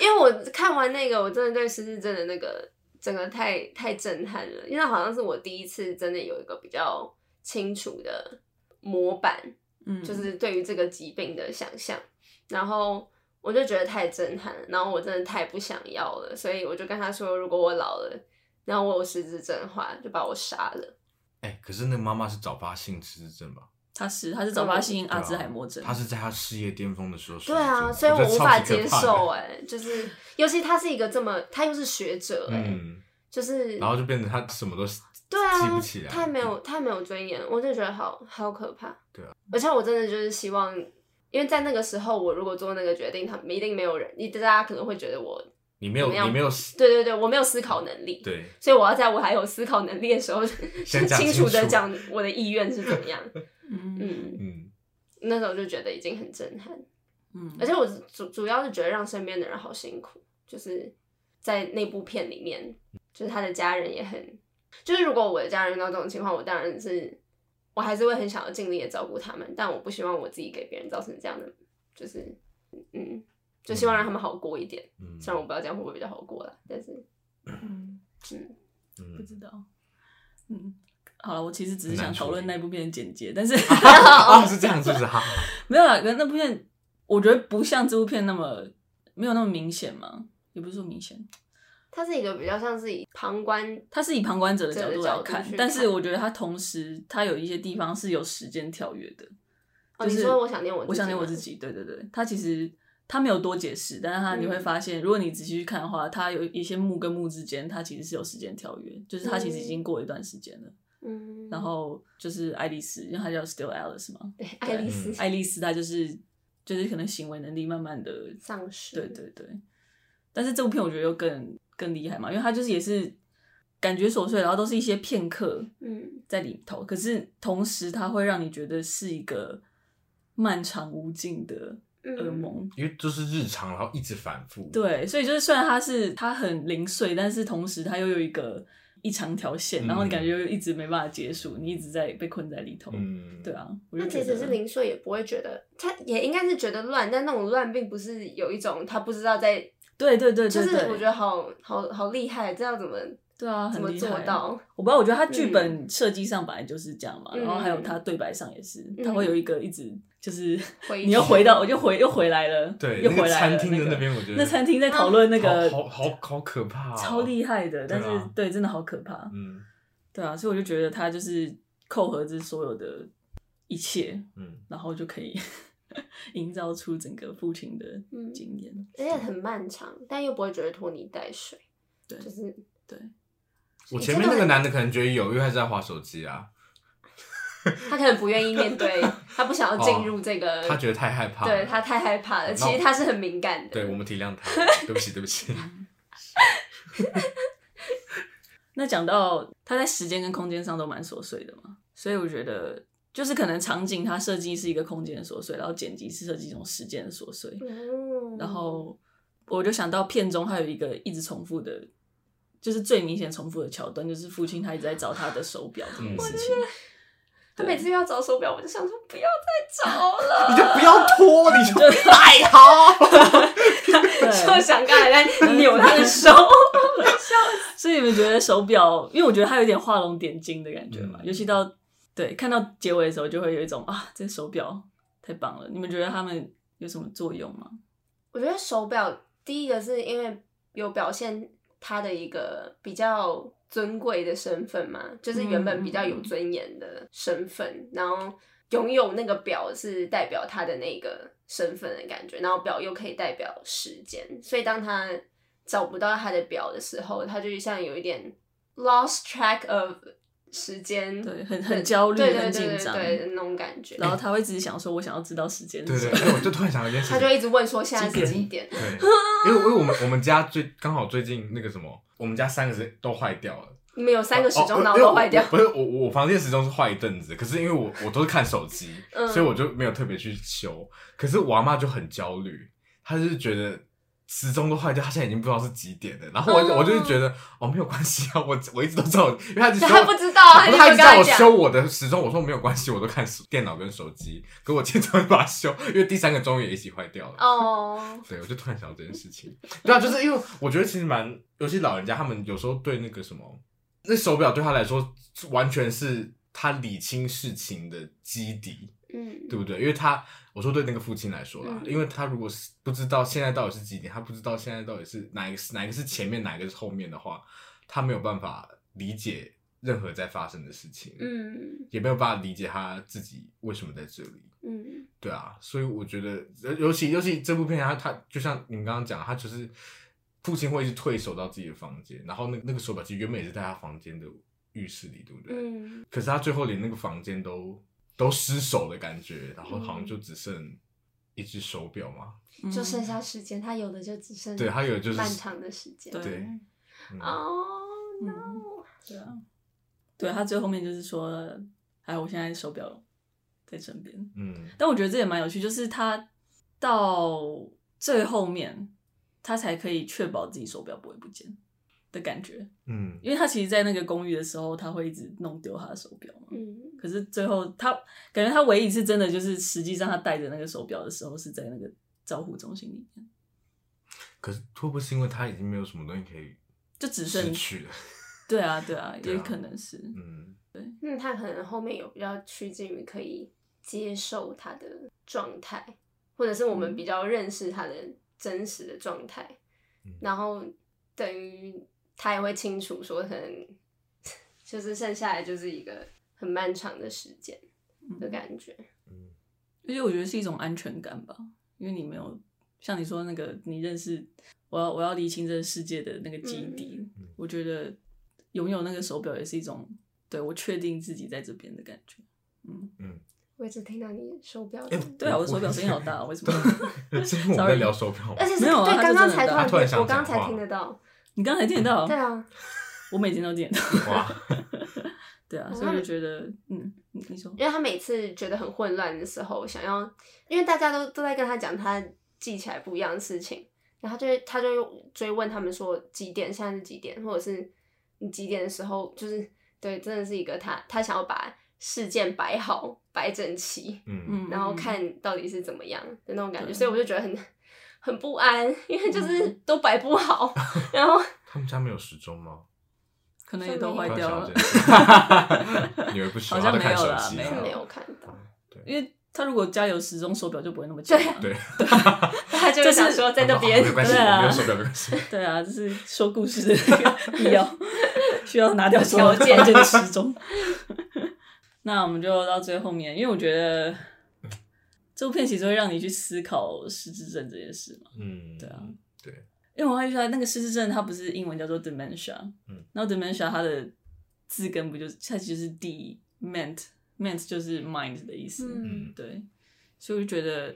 因为我看完那个，我真的对失智症的那个整个太太震撼了，因为好像是我第一次真的有一个比较清楚的模板，嗯，就是对于这个疾病的想象，然后我就觉得太震撼了，然后我真的太不想要了，所以我就跟他说，如果我老了，然后我有失智症的话，就把我杀了。哎、可是那个妈妈是早发性失智症吧？他是他是早发性阿兹海默症，啊她是在她事业巅峰的时候失智对症。啊，所以我我觉得无法超级接可怕的受哎、 就是尤其他是一个这么，他又是学者哎、嗯，就是然后就变成她什么都记对啊，不起来，嗯太没有太没有尊严，我就觉得好好可怕。对啊，而且我真的就是希望，因为在那个时候，我如果做那个决定，他们一定没有人，一大家可能会觉得我，你没有怎么样你没有对对对，我没有思考能力，对，所以我要在我还有思考能力的时 候，先讲清楚的清楚讲我的意愿是怎么样。 嗯，嗯，那时候就觉得已经很震撼，嗯而且我主主要是觉得让身边的人好辛苦，就是在那部片里面，就是他的家人也很，就是如果我的家人遇到这种情况，我当然是我还是会很想要尽力的照顾他们，但我不希望我自己给别人造成这样的，就是嗯，就希望让他们好过一点。嗯虽然我不知道这样会不会比较好过啦，但是嗯，嗯，不嗯知道，嗯。好了，我其实只是很难想讨论处理那部片的简介， 但是 啊是这样是不是？哈，没有啦，可能那部片我觉得不像这部片那么没有那么明显嘛，也不是说明显，他是一个比较像是以旁观，它是以旁观者的角度来角度看去，看但是我觉得它同时它有一些地方是有时间跳跃的，就哦，你是说我想念我自己，我想念我自，己，对对对，它其实它没有多解释，但是它嗯你会发现，如果你仔细去看的话，它有一些幕跟幕之间，它其实是有时间跳跃，就是它其实已经过了一段时间了。嗯，然后就是爱丽丝，因为她叫 Still Alice 嘛，对爱丽丝嗯爱丽丝她就是就是可能行为能力慢慢的，丧尸，对对对。但是这部片我觉得又更更厉害嘛，因为它就是也是感觉琐碎，然后都是一些片刻，嗯。在里头，可是同时它会让你觉得是一个漫长无尽的嗯噩梦。因为就是日常，然后一直反复，，对，所以就是虽然它是它很零碎，但是同时它又有一个一长条线，嗯然后你感觉又一直没办法结束，你一直在被困在里头。嗯，对，啊，我就那觉即得使是零碎，也不会觉得，他也应该是觉得乱，但那种乱并不是有一种他不知道在，对对对对对，就是我觉得好好好厉害，这要怎么对啊，怎很么厉做害。到？我不知道，我觉得他剧本设计上本来就是这样嘛，嗯然后还有他对白上也是，嗯他会有一个一直就是 回你又回到，我就回又回来了，对，又那回个来了。餐厅的那那个边，我觉得那餐厅在讨论那个好好好好可怕、哦，超厉害的，对但啊是对，真的好可怕。嗯对啊，所以我就觉得他就是扣合之所有的一切，嗯，然后就可以 营造出整个父亲的嗯经验。而且很漫长，但又不会觉得拖泥带水，对就是对，我前面那个男的可能觉得有，因为他是在划手机啊，他可能不愿意面对， 他不想要进入这呃个，哦他觉得太害怕，对他太害怕了，那其实他是很敏感的，对我们体 谅他，对不起对不起，那讲到他在时间跟空间上都蛮琐碎的嘛，所以我觉得就是可能场景它设计是一个空间的琐碎，然后剪辑是设计一种时间的琐碎，嗯，然后我就想到片中还有一个一直重复的，就是最明显重复的桥段，就是父亲他一直在找他的手表这件嗯事情。他每次又要找手表，我就想说不要再找了， 你就不要拖，你就对摆 好，就对，想刚才 在扭他的 手，所以你们觉得手表，因为我觉得它有点画龙点睛的感觉嘛，嗯尤其到对看到结尾的时候，就会有一种啊，这手表太棒了。你们觉得他们有什么作用吗？我觉得手表第一个是因为有表现他的一个比较尊贵的身份嘛，就是原本比较嗯有尊严的身份，然后拥有那个表是代表他的那个身份的感觉，然后表又可以代表时间，所以当他找不到他的表的时候，他就像有一点 lost track of 时间，对很很焦虑嗯对对很对紧对张对那种感觉，然后他会自己想说，我想要知道时间对是什对，么。因为我就突然想到一件事情，他就一直问说现在几是点几点，对，因为因为我们我们家最刚好最近那个什么，我们家三个是都坏掉了，你们有三个时哦钟，然后都坏掉因为我。不是我我房间时钟是坏一阵子，可是因为我我都是看手机， 嗯所以我就没有特别去修。可是我阿妈就很焦虑，她就是觉得。时钟都坏掉，她现在已经不知道是几点了。然后我就、嗯我就是觉得哦，没有关系啊，我我一直都知道，因为她一直对说他不知道啊，不是你没他一直有跟叫我讲。修我的时钟，我说没有关系，我都看手电脑跟手机，可我经常会把它修，因为第三个钟也一起坏掉了。哦，对，我就突然想到这件事 情。对啊，就是因为我觉得其实蛮，尤其老人家他们有时候对那个什么，那手表对他来说完全是他理清事情的基底，嗯，对不对？因为他我说对那个父亲来说啦，嗯因为他如果是不知道现在到底是几点，他不知道现在到底是哪一个是哪一个是前面，哪一个是后面的话，他没有办法理解任何在发生的事情，嗯也没有办法理解他自己为什么在这里。嗯对啊，所以我觉得，呃尤其尤其这部片它，它就像你们刚刚讲，它就是父亲会一直退守到自己的房间，然后那那个手表其实原本也是在他房间的浴室里，对不对？嗯，可是他最后连那个房间都都失守的感觉，然后好像就只剩一只手表嘛。嗯就剩下时间，他有的就只剩对，还有就是漫长的时间。对对嗯啊哦嗯对啊，对他最后面就是说，哎，我现在手表在身边。嗯但我觉得这也蛮有趣，就是他到最后面，他才可以确保自己手表不会不见的感觉，嗯因为他其实，在那个公寓的时候，他会一直弄丢他的手表嘛。嗯可是最后他感觉他唯一一次真的就是，实际上他戴着那个手表的时候是在那个照护中心里面，可是会不会是因为他已经没有什么东西可以就只失剩去了？ 对啊对啊，对啊也可能是嗯，那他可能后面有比较趋近于可以接受他的状态，或者是我们比较认识他的真实的状态，嗯然后等于他也会清楚说，可能 就是剩下来就是一个很漫长的时间的嗯感觉。嗯而且我觉得是一种安全感吧，因为你没有像你说那个，你认识我要我要厘清这个世界的那个基底，嗯我觉得拥有那个手表也是一种对我确定自己在这边的感觉。嗯，我一直听到你手表的哎、对啊，我的手表声音好大、哦，为什么？ 是因为我们在聊手 表吗而？且是没有啊对，他刚就真刚的才打他突然听，想我刚讲才话哦听得到。 你刚才听得到？对啊，我每天都听得到。哇，对啊，我所以那我就觉得，嗯，你你说，因为他每次觉得很混乱的时候，想要，因为大家都都在跟他讲他记起来不一样的事情，然后他就会他就用追问他们说几点，现在是几点，或者是你几点的时候，就是对，真的是一个他他想要把事件摆好、摆整齐，嗯嗯，然后看到底是怎么样的那种感觉，对所以我就觉得很很不安，因为就是都摆不好，然后他们家没有时钟吗？可能也都坏突然掉想到了这，件事你们不喜好欢在像没看有手啦，机没啊？是没有有，看到， 因为他如果家有时钟手表就不会那么久了。对，哦他就就会是想说在那边没有，关 系，对啊我没有手表，没关系。对啊，就是说故事的那个必要，需要拿掉条件这个时钟。 那我们就到最后面，因为我觉得这部片其实会让你去思考失智症这件事嘛。嗯，对啊，对，因为我还觉得那个失智症它不是英文叫做 dementia，嗯然后 dementia 它的字根不就是它其实是 d meant meant 就是 mind 的意思，嗯嗯对，所以我就觉得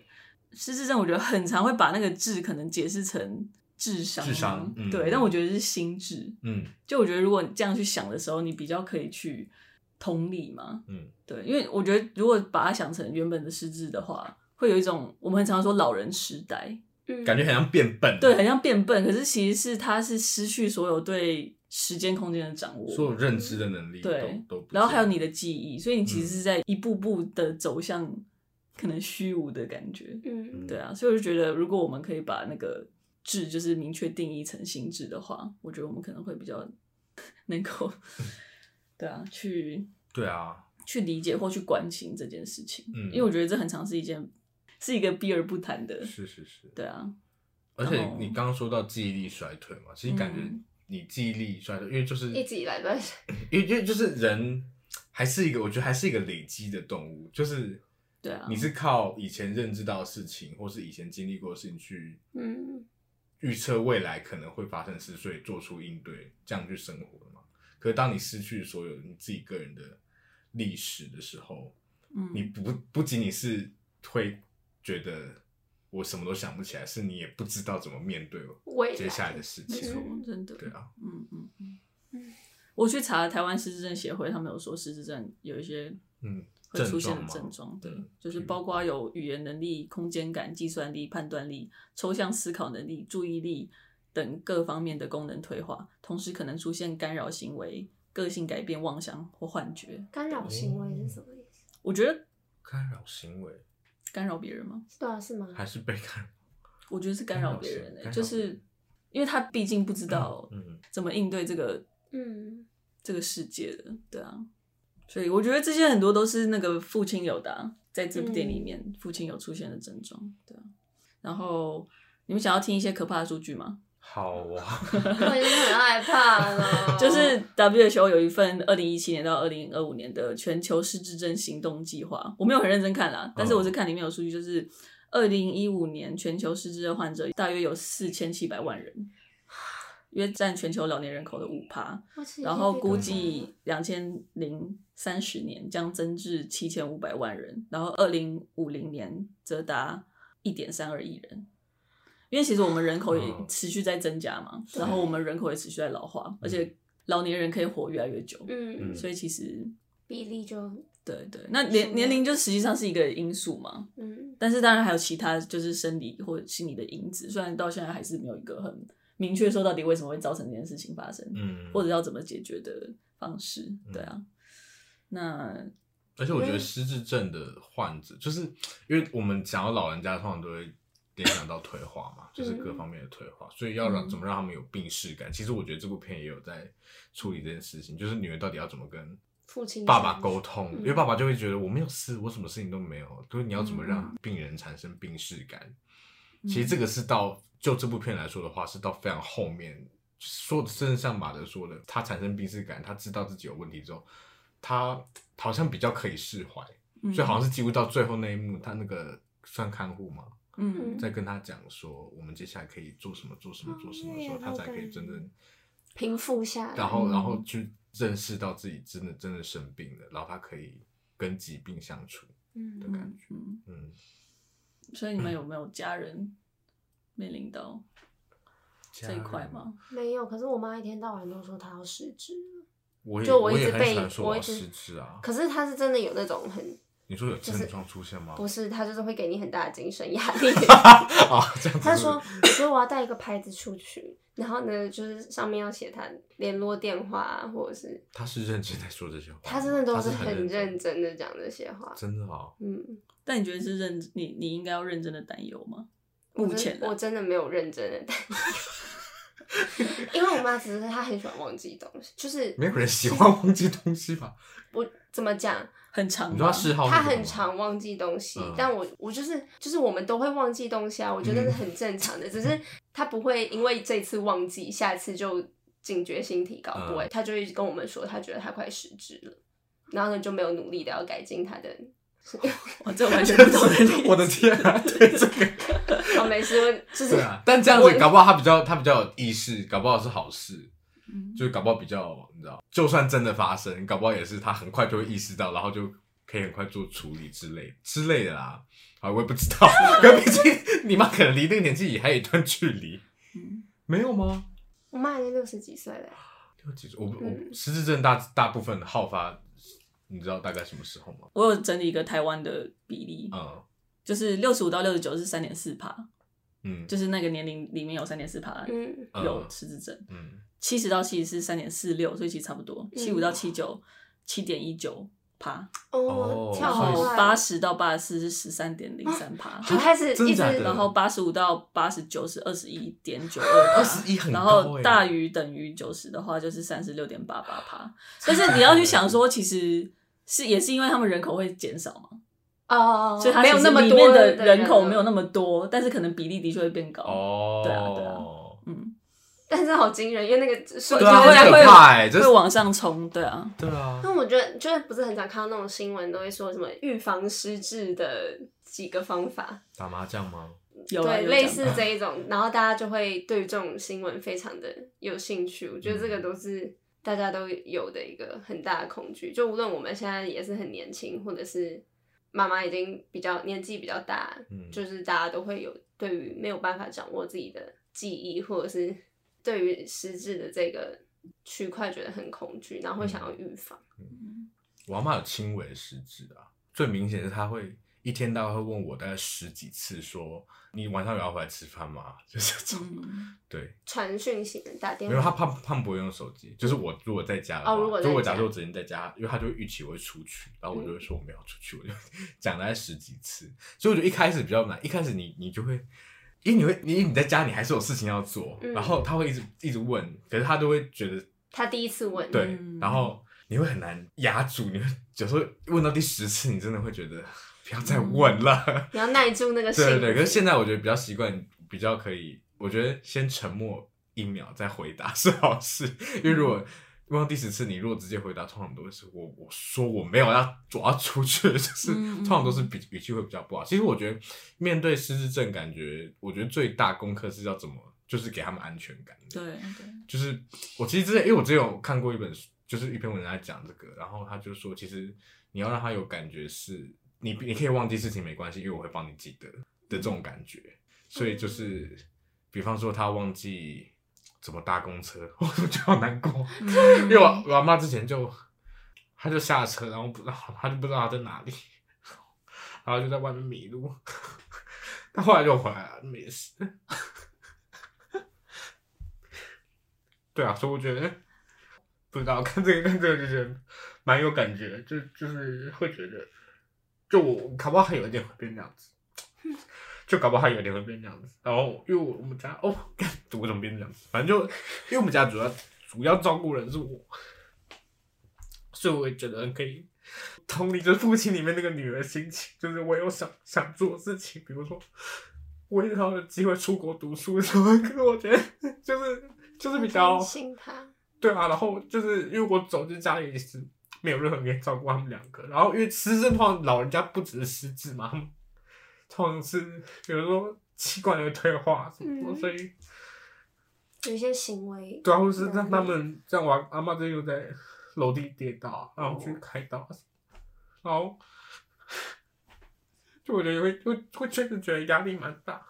失智症，我觉得很常会把那个智可能解释成智商吗，智商嗯对，但我觉得是心智。嗯就我觉得，如果你这样去想的时候，你比较可以去同理嘛，嗯对，因为我觉得如果把它想成原本的失智的话，会有一种我们很常说老人痴呆，嗯感觉很像变笨，对，，很像变笨，可是其实是他是失去所有对时间空间的掌握，所有认知的能力都对都不见了，嗯然后还有你的记忆，所以你其实是在一步步的走向可能虚无的感觉。嗯嗯对啊，所以我就觉得，如果我们可以把那个智就是明确定义成心智的话，我觉得我们可能会比较 能 够，对啊，去对啊，去理解或去关心这件事情。嗯因为我觉得这很常是一件是一个避而不谈的，是是是，对啊，而且你刚刚说到记忆力衰退嘛，其实感觉嗯你记忆力衰退，因为就是一直以来都在因为因为就是人还是一个，我觉得还是一个累积的动物，就是对啊你是靠以前认知到的事情，或是以前经历过的事情去嗯，预测未来可能会发生的事，所以做出应对，这样去生活的嘛。可是当你失去所有你自己个人的历史的时候，嗯，你不不仅仅是会觉得我什么都想不起来，是你也不知道怎么面对未来接下来的事啊没情。错嗯，真的，对啊，嗯嗯嗯嗯我去查了台湾失智症协会，他们有说失智症有一些嗯，会出现的症状吗症状，对嗯，就是嗯包括有语言能力、空间感、计算力、判断力、抽象思考能力、注意力等各方面的功能退化，同时可能出现干扰行为、个性改变、妄想或幻觉。干扰行为是什么意思？我觉得干扰行为干扰别人吗？对啊，是吗？哦还是被干扰？我觉得是干扰别人、干扰行欸，就是因为他毕竟不知道嗯，怎么应对这个嗯，这个世界的，对啊。所以我觉得这些很多都是那个父亲有的啊、在这部电影里面、父亲有出现的症状，对啊。然后你们想要听一些可怕的数据吗？好 啊，我已经很害 怕了。就是 WHO 有一份二零一七年到二零二五年的全球失智症行动计划，我没有很认真看啦，但是我是看里面有数据，就是二零一五年全球失智症患者大约有四千七百万人，约占全球老年人口的五趴。我其实然后被估感计两千零三十年将增至七千五百万人，然后二零五零年则达一点三二亿人。因为其实我们人口也哦持续在增加嘛，对然后我们人口也持续在老化，而且老年人可以活越来越久，嗯，嗯所以其实比例就对对，那是啊年的年龄就实际上是一个因素嘛，嗯但是当然还有其他就是生理或者心理的因子，虽然到现在还是没有一个很明确说到底为什么会造成这件事情发生，嗯，或者要怎么解决的方式，对啊。那而且我觉得失智症的患者，就是因为我们讲到老人家，通常都会联想到退化嘛，就是各方面的退化，所以要让嗯怎么让他们有病视感。其实我觉得这部片也有在处理这件事情，就是女儿到底要怎么跟父亲爸爸沟通，嗯因为爸爸就会觉得我没有事，我什么事情都没有，就是你要怎么让嗯病人产生病视感。嗯其实这个是到就这部片来说的话，是到非常后面，说的甚至像马德说的，他产生病视感，他知道自己有问题之后，他好像比较可以释怀。嗯所以好像是几乎到最后那一幕，他那个算看护嘛，嗯，在跟他讲说我们接下来可以做什么做什么做什么的时候，哦他才可以好感真人正，平复下来，然后嗯然后去认识到自己真的真的生病了，然后他可以跟疾病相处。嗯对感嗯嗯，嗯，所以你们有没有家人面临到这一块家人？吗？没有。可是我妈一天到晚都说她要失智了，我也就我我一直也很被喜欢说我我一要直失智啊。可是她是真的有那种很你说有就是症状出现吗？不是，她就是会给你很大的精神压 力。啊，这样子是不是。她说，我说我要带一个牌子出去，然后呢，就是上面要写她联络电话啊，或者是他是认真在说这些话吗，她真的都他是是很认认真的讲这些话的，。真的哦。嗯，但你觉得是认你你应该要认真的担忧吗？我目真前啊我真的没有认真的担心， 因为我妈只是她很喜欢忘记东西，就是没有人喜欢忘记东西吧？我怎么讲，很长吧，你说他嗜好是他什么很吗常忘记东西，嗯但我我就是就是我们都会忘记东西啊，我觉得是很正常 的，只是他不会因为这次忘记，下一次就警觉性提高，嗯不会，他就一直跟我们说他觉得他快失智了，然后呢就没有努力的要改进他 的。哇，这完全不同的例子我的天啊！ 对这个，哦，没事，我就是对啊，但这样子搞不好他比较他比较有意识，搞不好是好事，嗯就是搞不好比较你知道，就算真的发生，搞不好也是他很快就会意识到，然后就可以很快做处理之类之类的啦。啊，我也不知 道，可毕竟你妈可能离那个年纪也还有一段距离，嗯没有吗？我妈已经六十几岁了，六几岁？我不我嗯失智症大大部分好发，你知道大概什么时候吗？我有整理一个台湾的比例，嗯就是六十五到六十九是三点四趴，嗯就是那个年龄里面有三点四趴嗯有嗯失智症。嗯，七十到七十是三点四六，所以其实差不多。嗯七五到七九，七点一九趴，哦哦，哇然跳所以好后快，八十到八十四是十三点零 三趴，就开始嗯啊真一直假的然后八十五到八十九是二十一点 九二， 21很高然欸后大于等于九十的话就是三十六点八八 趴。但是你要去想说，其实是也是因为他们人口会减少嘛，哦，所以它没有其实那么里多面的人口了没有那么多，但是可能比例的确会变高。哦，对啊对啊嗯， 但是好惊人，因为那个数对啊大就是家很会可怕欸这是会往上冲，对啊，对啊， 那我觉得就是不是很常看到那种新闻，都会说什么预防失智的几个方法，打麻将吗？有啊对，有类讲似这一种，然后大家就会对这种新闻非常的有兴趣。我觉得这嗯个都是大家都有的一个很大的恐惧，就无论我们现在也是很年轻，或者是妈妈已经比较年纪比较大，嗯就是大家都会有对于没有办法掌握自己的记忆，或者是对于失智的这个区块觉得很恐惧，然嗯后会想要预防。嗯我阿妈有轻微的失智啊，最明显是她会一天到晚会问我大概十几次说，你晚上有要回来吃饭吗？ 就是这种，嗯，对，传讯型的打电没有他话，胖胖不会用手机，就是我如果在家的话，哦如果在家就我假设我只能在家，因为他就会预期我会出去，然后我就会说我没有出去，我就 讲大概十几次，所以我觉得一开始比较难，一开始你你就会。因为你会，你你在家，你还是有事情要做，嗯然后他会一直一直问，可是他都会觉得他第一次问，对，嗯然后你会很难压住，你会有时候问到第十次，你真的会觉得不要再问了。嗯你要耐住那个对心。 对对，可是现在我觉得比较习惯，比较可以，我觉得先沉默一秒再回答是好事，因为如果嗯问到第十次，你如果直接回答，通常都会是我我说我没有要我要出去，就是嗯嗯通常都是比语气会比较不好。其实我觉得面对失智症，感觉我觉得最大功课是要怎么，就是给他们安全感。对 对，就是我其实之前，因为我之前有看过一本书，就是一篇文章在讲这个，然后他就说，其实你要让他有感觉是，你你可以忘记事情没关系，因为我会帮你记得的这种感觉。所以就是，比方说他忘记怎么搭公车， 我就好难过，因为我我阿妈之前就，她就下车，然后不知道，她就不知道她在哪里， 然后就在外面迷路， 但后来就回来了，没事。 对啊，所以我觉得不知道看这个看这个就觉得蛮有感觉，就就是会觉得，就我搞不好还有一点会变这样子，就搞不好还有一点会变这样子。然后因为我们家哦，干我怎么变这样子？反正就因为我们家主要主要照顾人是我，所以我也觉得可以同理，就是父亲里面那个女儿心情，就是我有想想做的事情，比如说我也好有机会出国读书什么，可是我觉得就是就是比较担心他，对啊，然后就是因为我走进家里也是没有任何人可以照顾他们两个，然后因为失智通常老人家不只是失智嘛，他们通常是有时候器官的退化什么的，嗯所以有一些行为，对啊，或是让他们像我阿妈最近又在楼梯跌倒，然后去开刀，然后 就我觉得会会会确实觉得压力蛮大。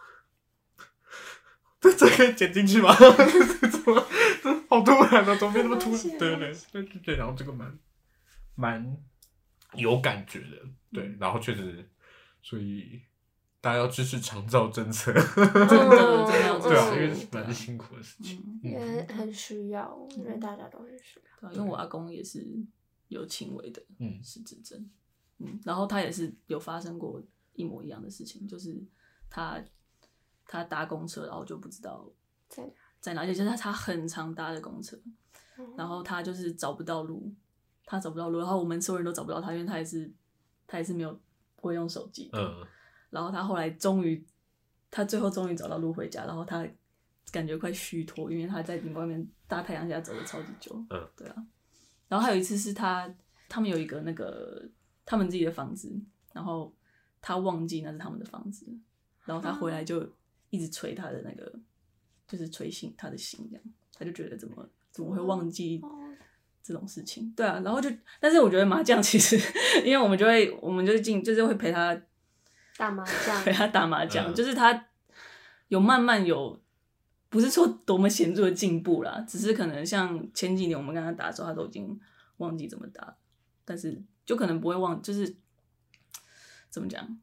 这这可以剪进去吗？这怎么这好突然啊？怎么变那么突然？对对对，那就觉得然后这个蛮蛮有感觉的，对，然后确实，所以大家要支持长照政策， 嗯真的真的嗯对啊，嗯因为是蛮辛苦的事情。嗯，因为很需要，我觉嗯得大家都很需对要。啊因为我阿公也是有轻微的嗯失智症，嗯，然后他也是有发生过一模一样的事情，就是他他搭公车，然后就不知道在哪在哪里，就是他他很常搭的公车，然后他就是找不到路，他找不到路，然后我们所有人都找不到他，因为他也是他也是没有不会用手机，嗯，然后他后来终于，他最后终于找到路回家，然后他感觉快虚脱，因为他在外面大太阳下走了超级久。嗯，对啊。然后还有一次是他他们有一个那个他们自己的房子，然后他忘记那是他们的房子，然后他回来就一直捶他的那个，就是捶醒他的心，这样他就觉得怎么怎么会忘记哦这种事情，对啊，然后就，但是我觉得麻将其实， 因为我们就会，我们就进，就是会陪他打麻 将陪，他打麻将，嗯就是他有慢慢有，不是说多么显著的进步啦，只是可能像前几年我们跟他打的时候，他都已经忘记怎么打，但是就可能不会忘，就是怎么讲，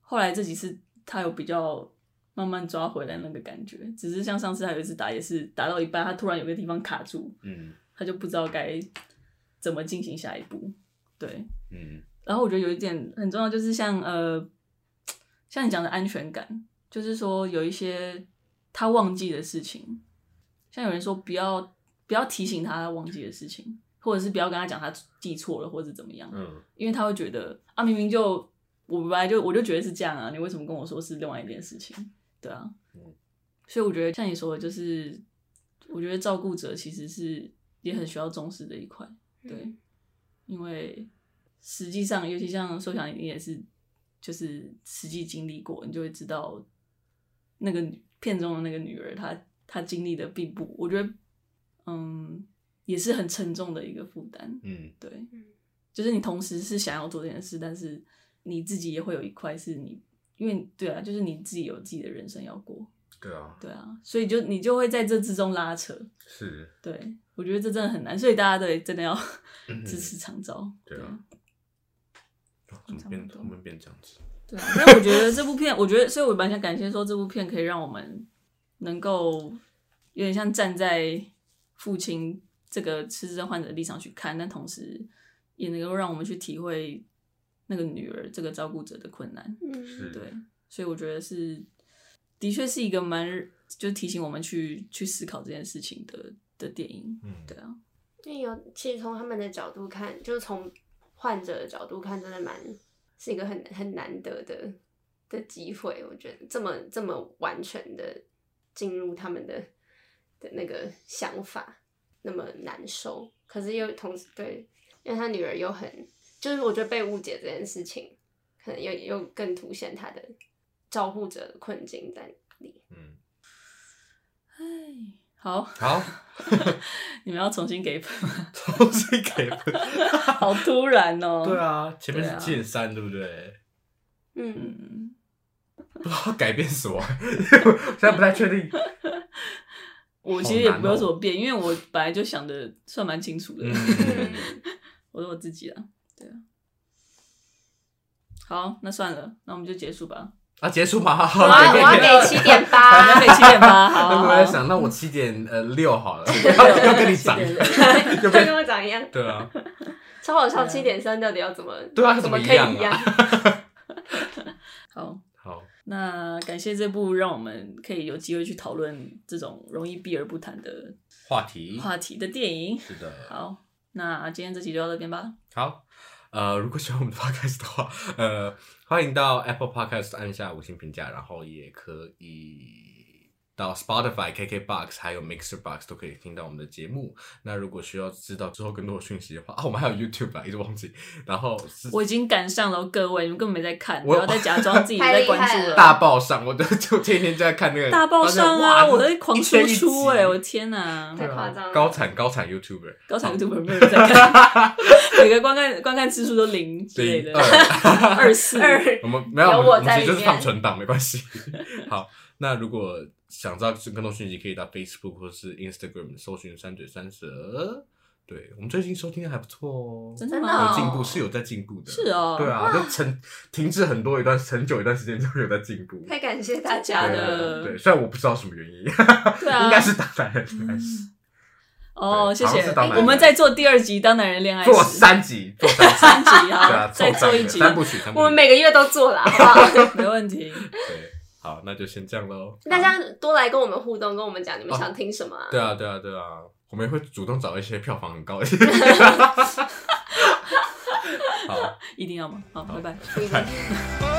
后来这几次他有比较慢慢抓回来那个感觉，只是像上次还有一次打也是打到一半，他突然有个地方卡住，嗯他就不知道该怎么进行下一步，对，嗯然后我觉得有一点很重要，就是像呃，像你讲的安全感，就是说有一些他忘记的事情，像有人说不要不要提醒他他忘记的事情，或者是不要跟他讲他记错了或者怎么样，嗯因为他会觉得啊明明就我本来就我就觉得是这样啊，你为什么跟我说是另外一件事情？对啊嗯，所以我觉得像你说的，就是我觉得照顾者其实是也很需要重视的一块，啊对，因为实际上，尤其像受想你也是，就是实际经历过，你就会知道那个女片中的那个女儿，她她经历的并不，我觉得，嗯，也是很沉重的一个负担，嗯，对，嗯就是你同时是想要做这件事，但是你自己也会有一块是你，因为对啊，就是你自己有自己的人生要过，对啊，对啊，所以就你就会在这之中拉扯，是，对我觉得这真的很难，所以大家对真的要 嗯支持长照，对啊哦怎么差不变多我们变这样子？对啊， 但我觉得这部片，我觉得，所以我蛮想感谢说这部片可以让我们能够有点像站在父亲这个失智症患者的立场去看，但同时也能够让我们去体会那个女儿这个照顾者的困难。嗯是对，所以我觉得是，的确是一个蛮就提醒我们去去思考这件事情的的电影。嗯，对啊，因为有其实从他们的角度看，就是从患者的角度看，真的蛮是一个很很难得的的机会。我觉得这么这么完全的进入他们的的那个想法，那么难受，可是又同时对，因为他女儿又很，就是我觉得被误解这件事情，可能又又更凸显他的照顾者的困境在里。嗯，哎，好，好， 你们要重新给分吗， 东西给分。好突然哦。对，啊，前面对是啊七点三，对不对？嗯，嗯。不知道改变什么， 现在不太确定。我好其实也难没有哦什么变，因为我本来就想的算蛮清楚的，嗯，我说我自己啦，对啊。好，那算了，那我们就结束吧。啊，结束嘛， 我我要我要给七点好，八那。给七点八，好那好 我在好。想，那我七点呃六好了， 要要跟你涨， 就 跟我长一样，对啊，超好对笑。啊七点三到底要怎么？对啊怎怎么可以一样啊 样？好，好，那感谢这部让我们可以有机会去讨论这种容易避而不谈的话题话题的电影。是的，好，那今天这集就到这边吧。好。呃，如果喜欢我们的 podcast 的话，呃，欢迎到 Apple Podcast 按下五星评价，然后也可以到 Spotify、KKBox 还有 Mixer Box 都可以听到我们的节目。那如果需要知道之后更多的讯息的话，啊，我们还有 YouTube 啊，一直忘记。然后是我已经赶上了各位，你们根本没在看，不我要再假装 自己在关太厉注害了大报上，我就就天天就在看那个大爆上哇啊！我在狂一输天一出哎、集我的天哪、对啊太夸张了高产高产 YouTuber，高产 YouTuber 没有人在看，每个观看观看次数都零之类零的，二， 二四二 我们没有，有我我们在其实里就是放面存档，没关系。 好，那如果想知道更多讯息，可以到 Facebook 或是 Instagram 搜寻三嘴三舌。对我们最近收听的还不错哦，真的真的吗有哦进步，是有在进步的。是哦对啊，就成停滞很多一段很久一段时间，就有在进步。太感谢大假家对啊的了，对，虽然我不知道什么原因，对啊，应该是大男人开始。哦，对谢好像谢是当男。我人们再做第二集《当男人恋爱时做》三集，做三集，三集对啊，好， 再凑做一三个集，三部曲，三部曲。我们每个月都做啦，好不 好？没问题。对，好，那就先这样喽。大家多来跟我们互动，跟我们讲你们想听什么啊。哦对啊，对啊，对啊，我们也会主动找一些票房很高的。好，一定要吗？好，拜拜。拜。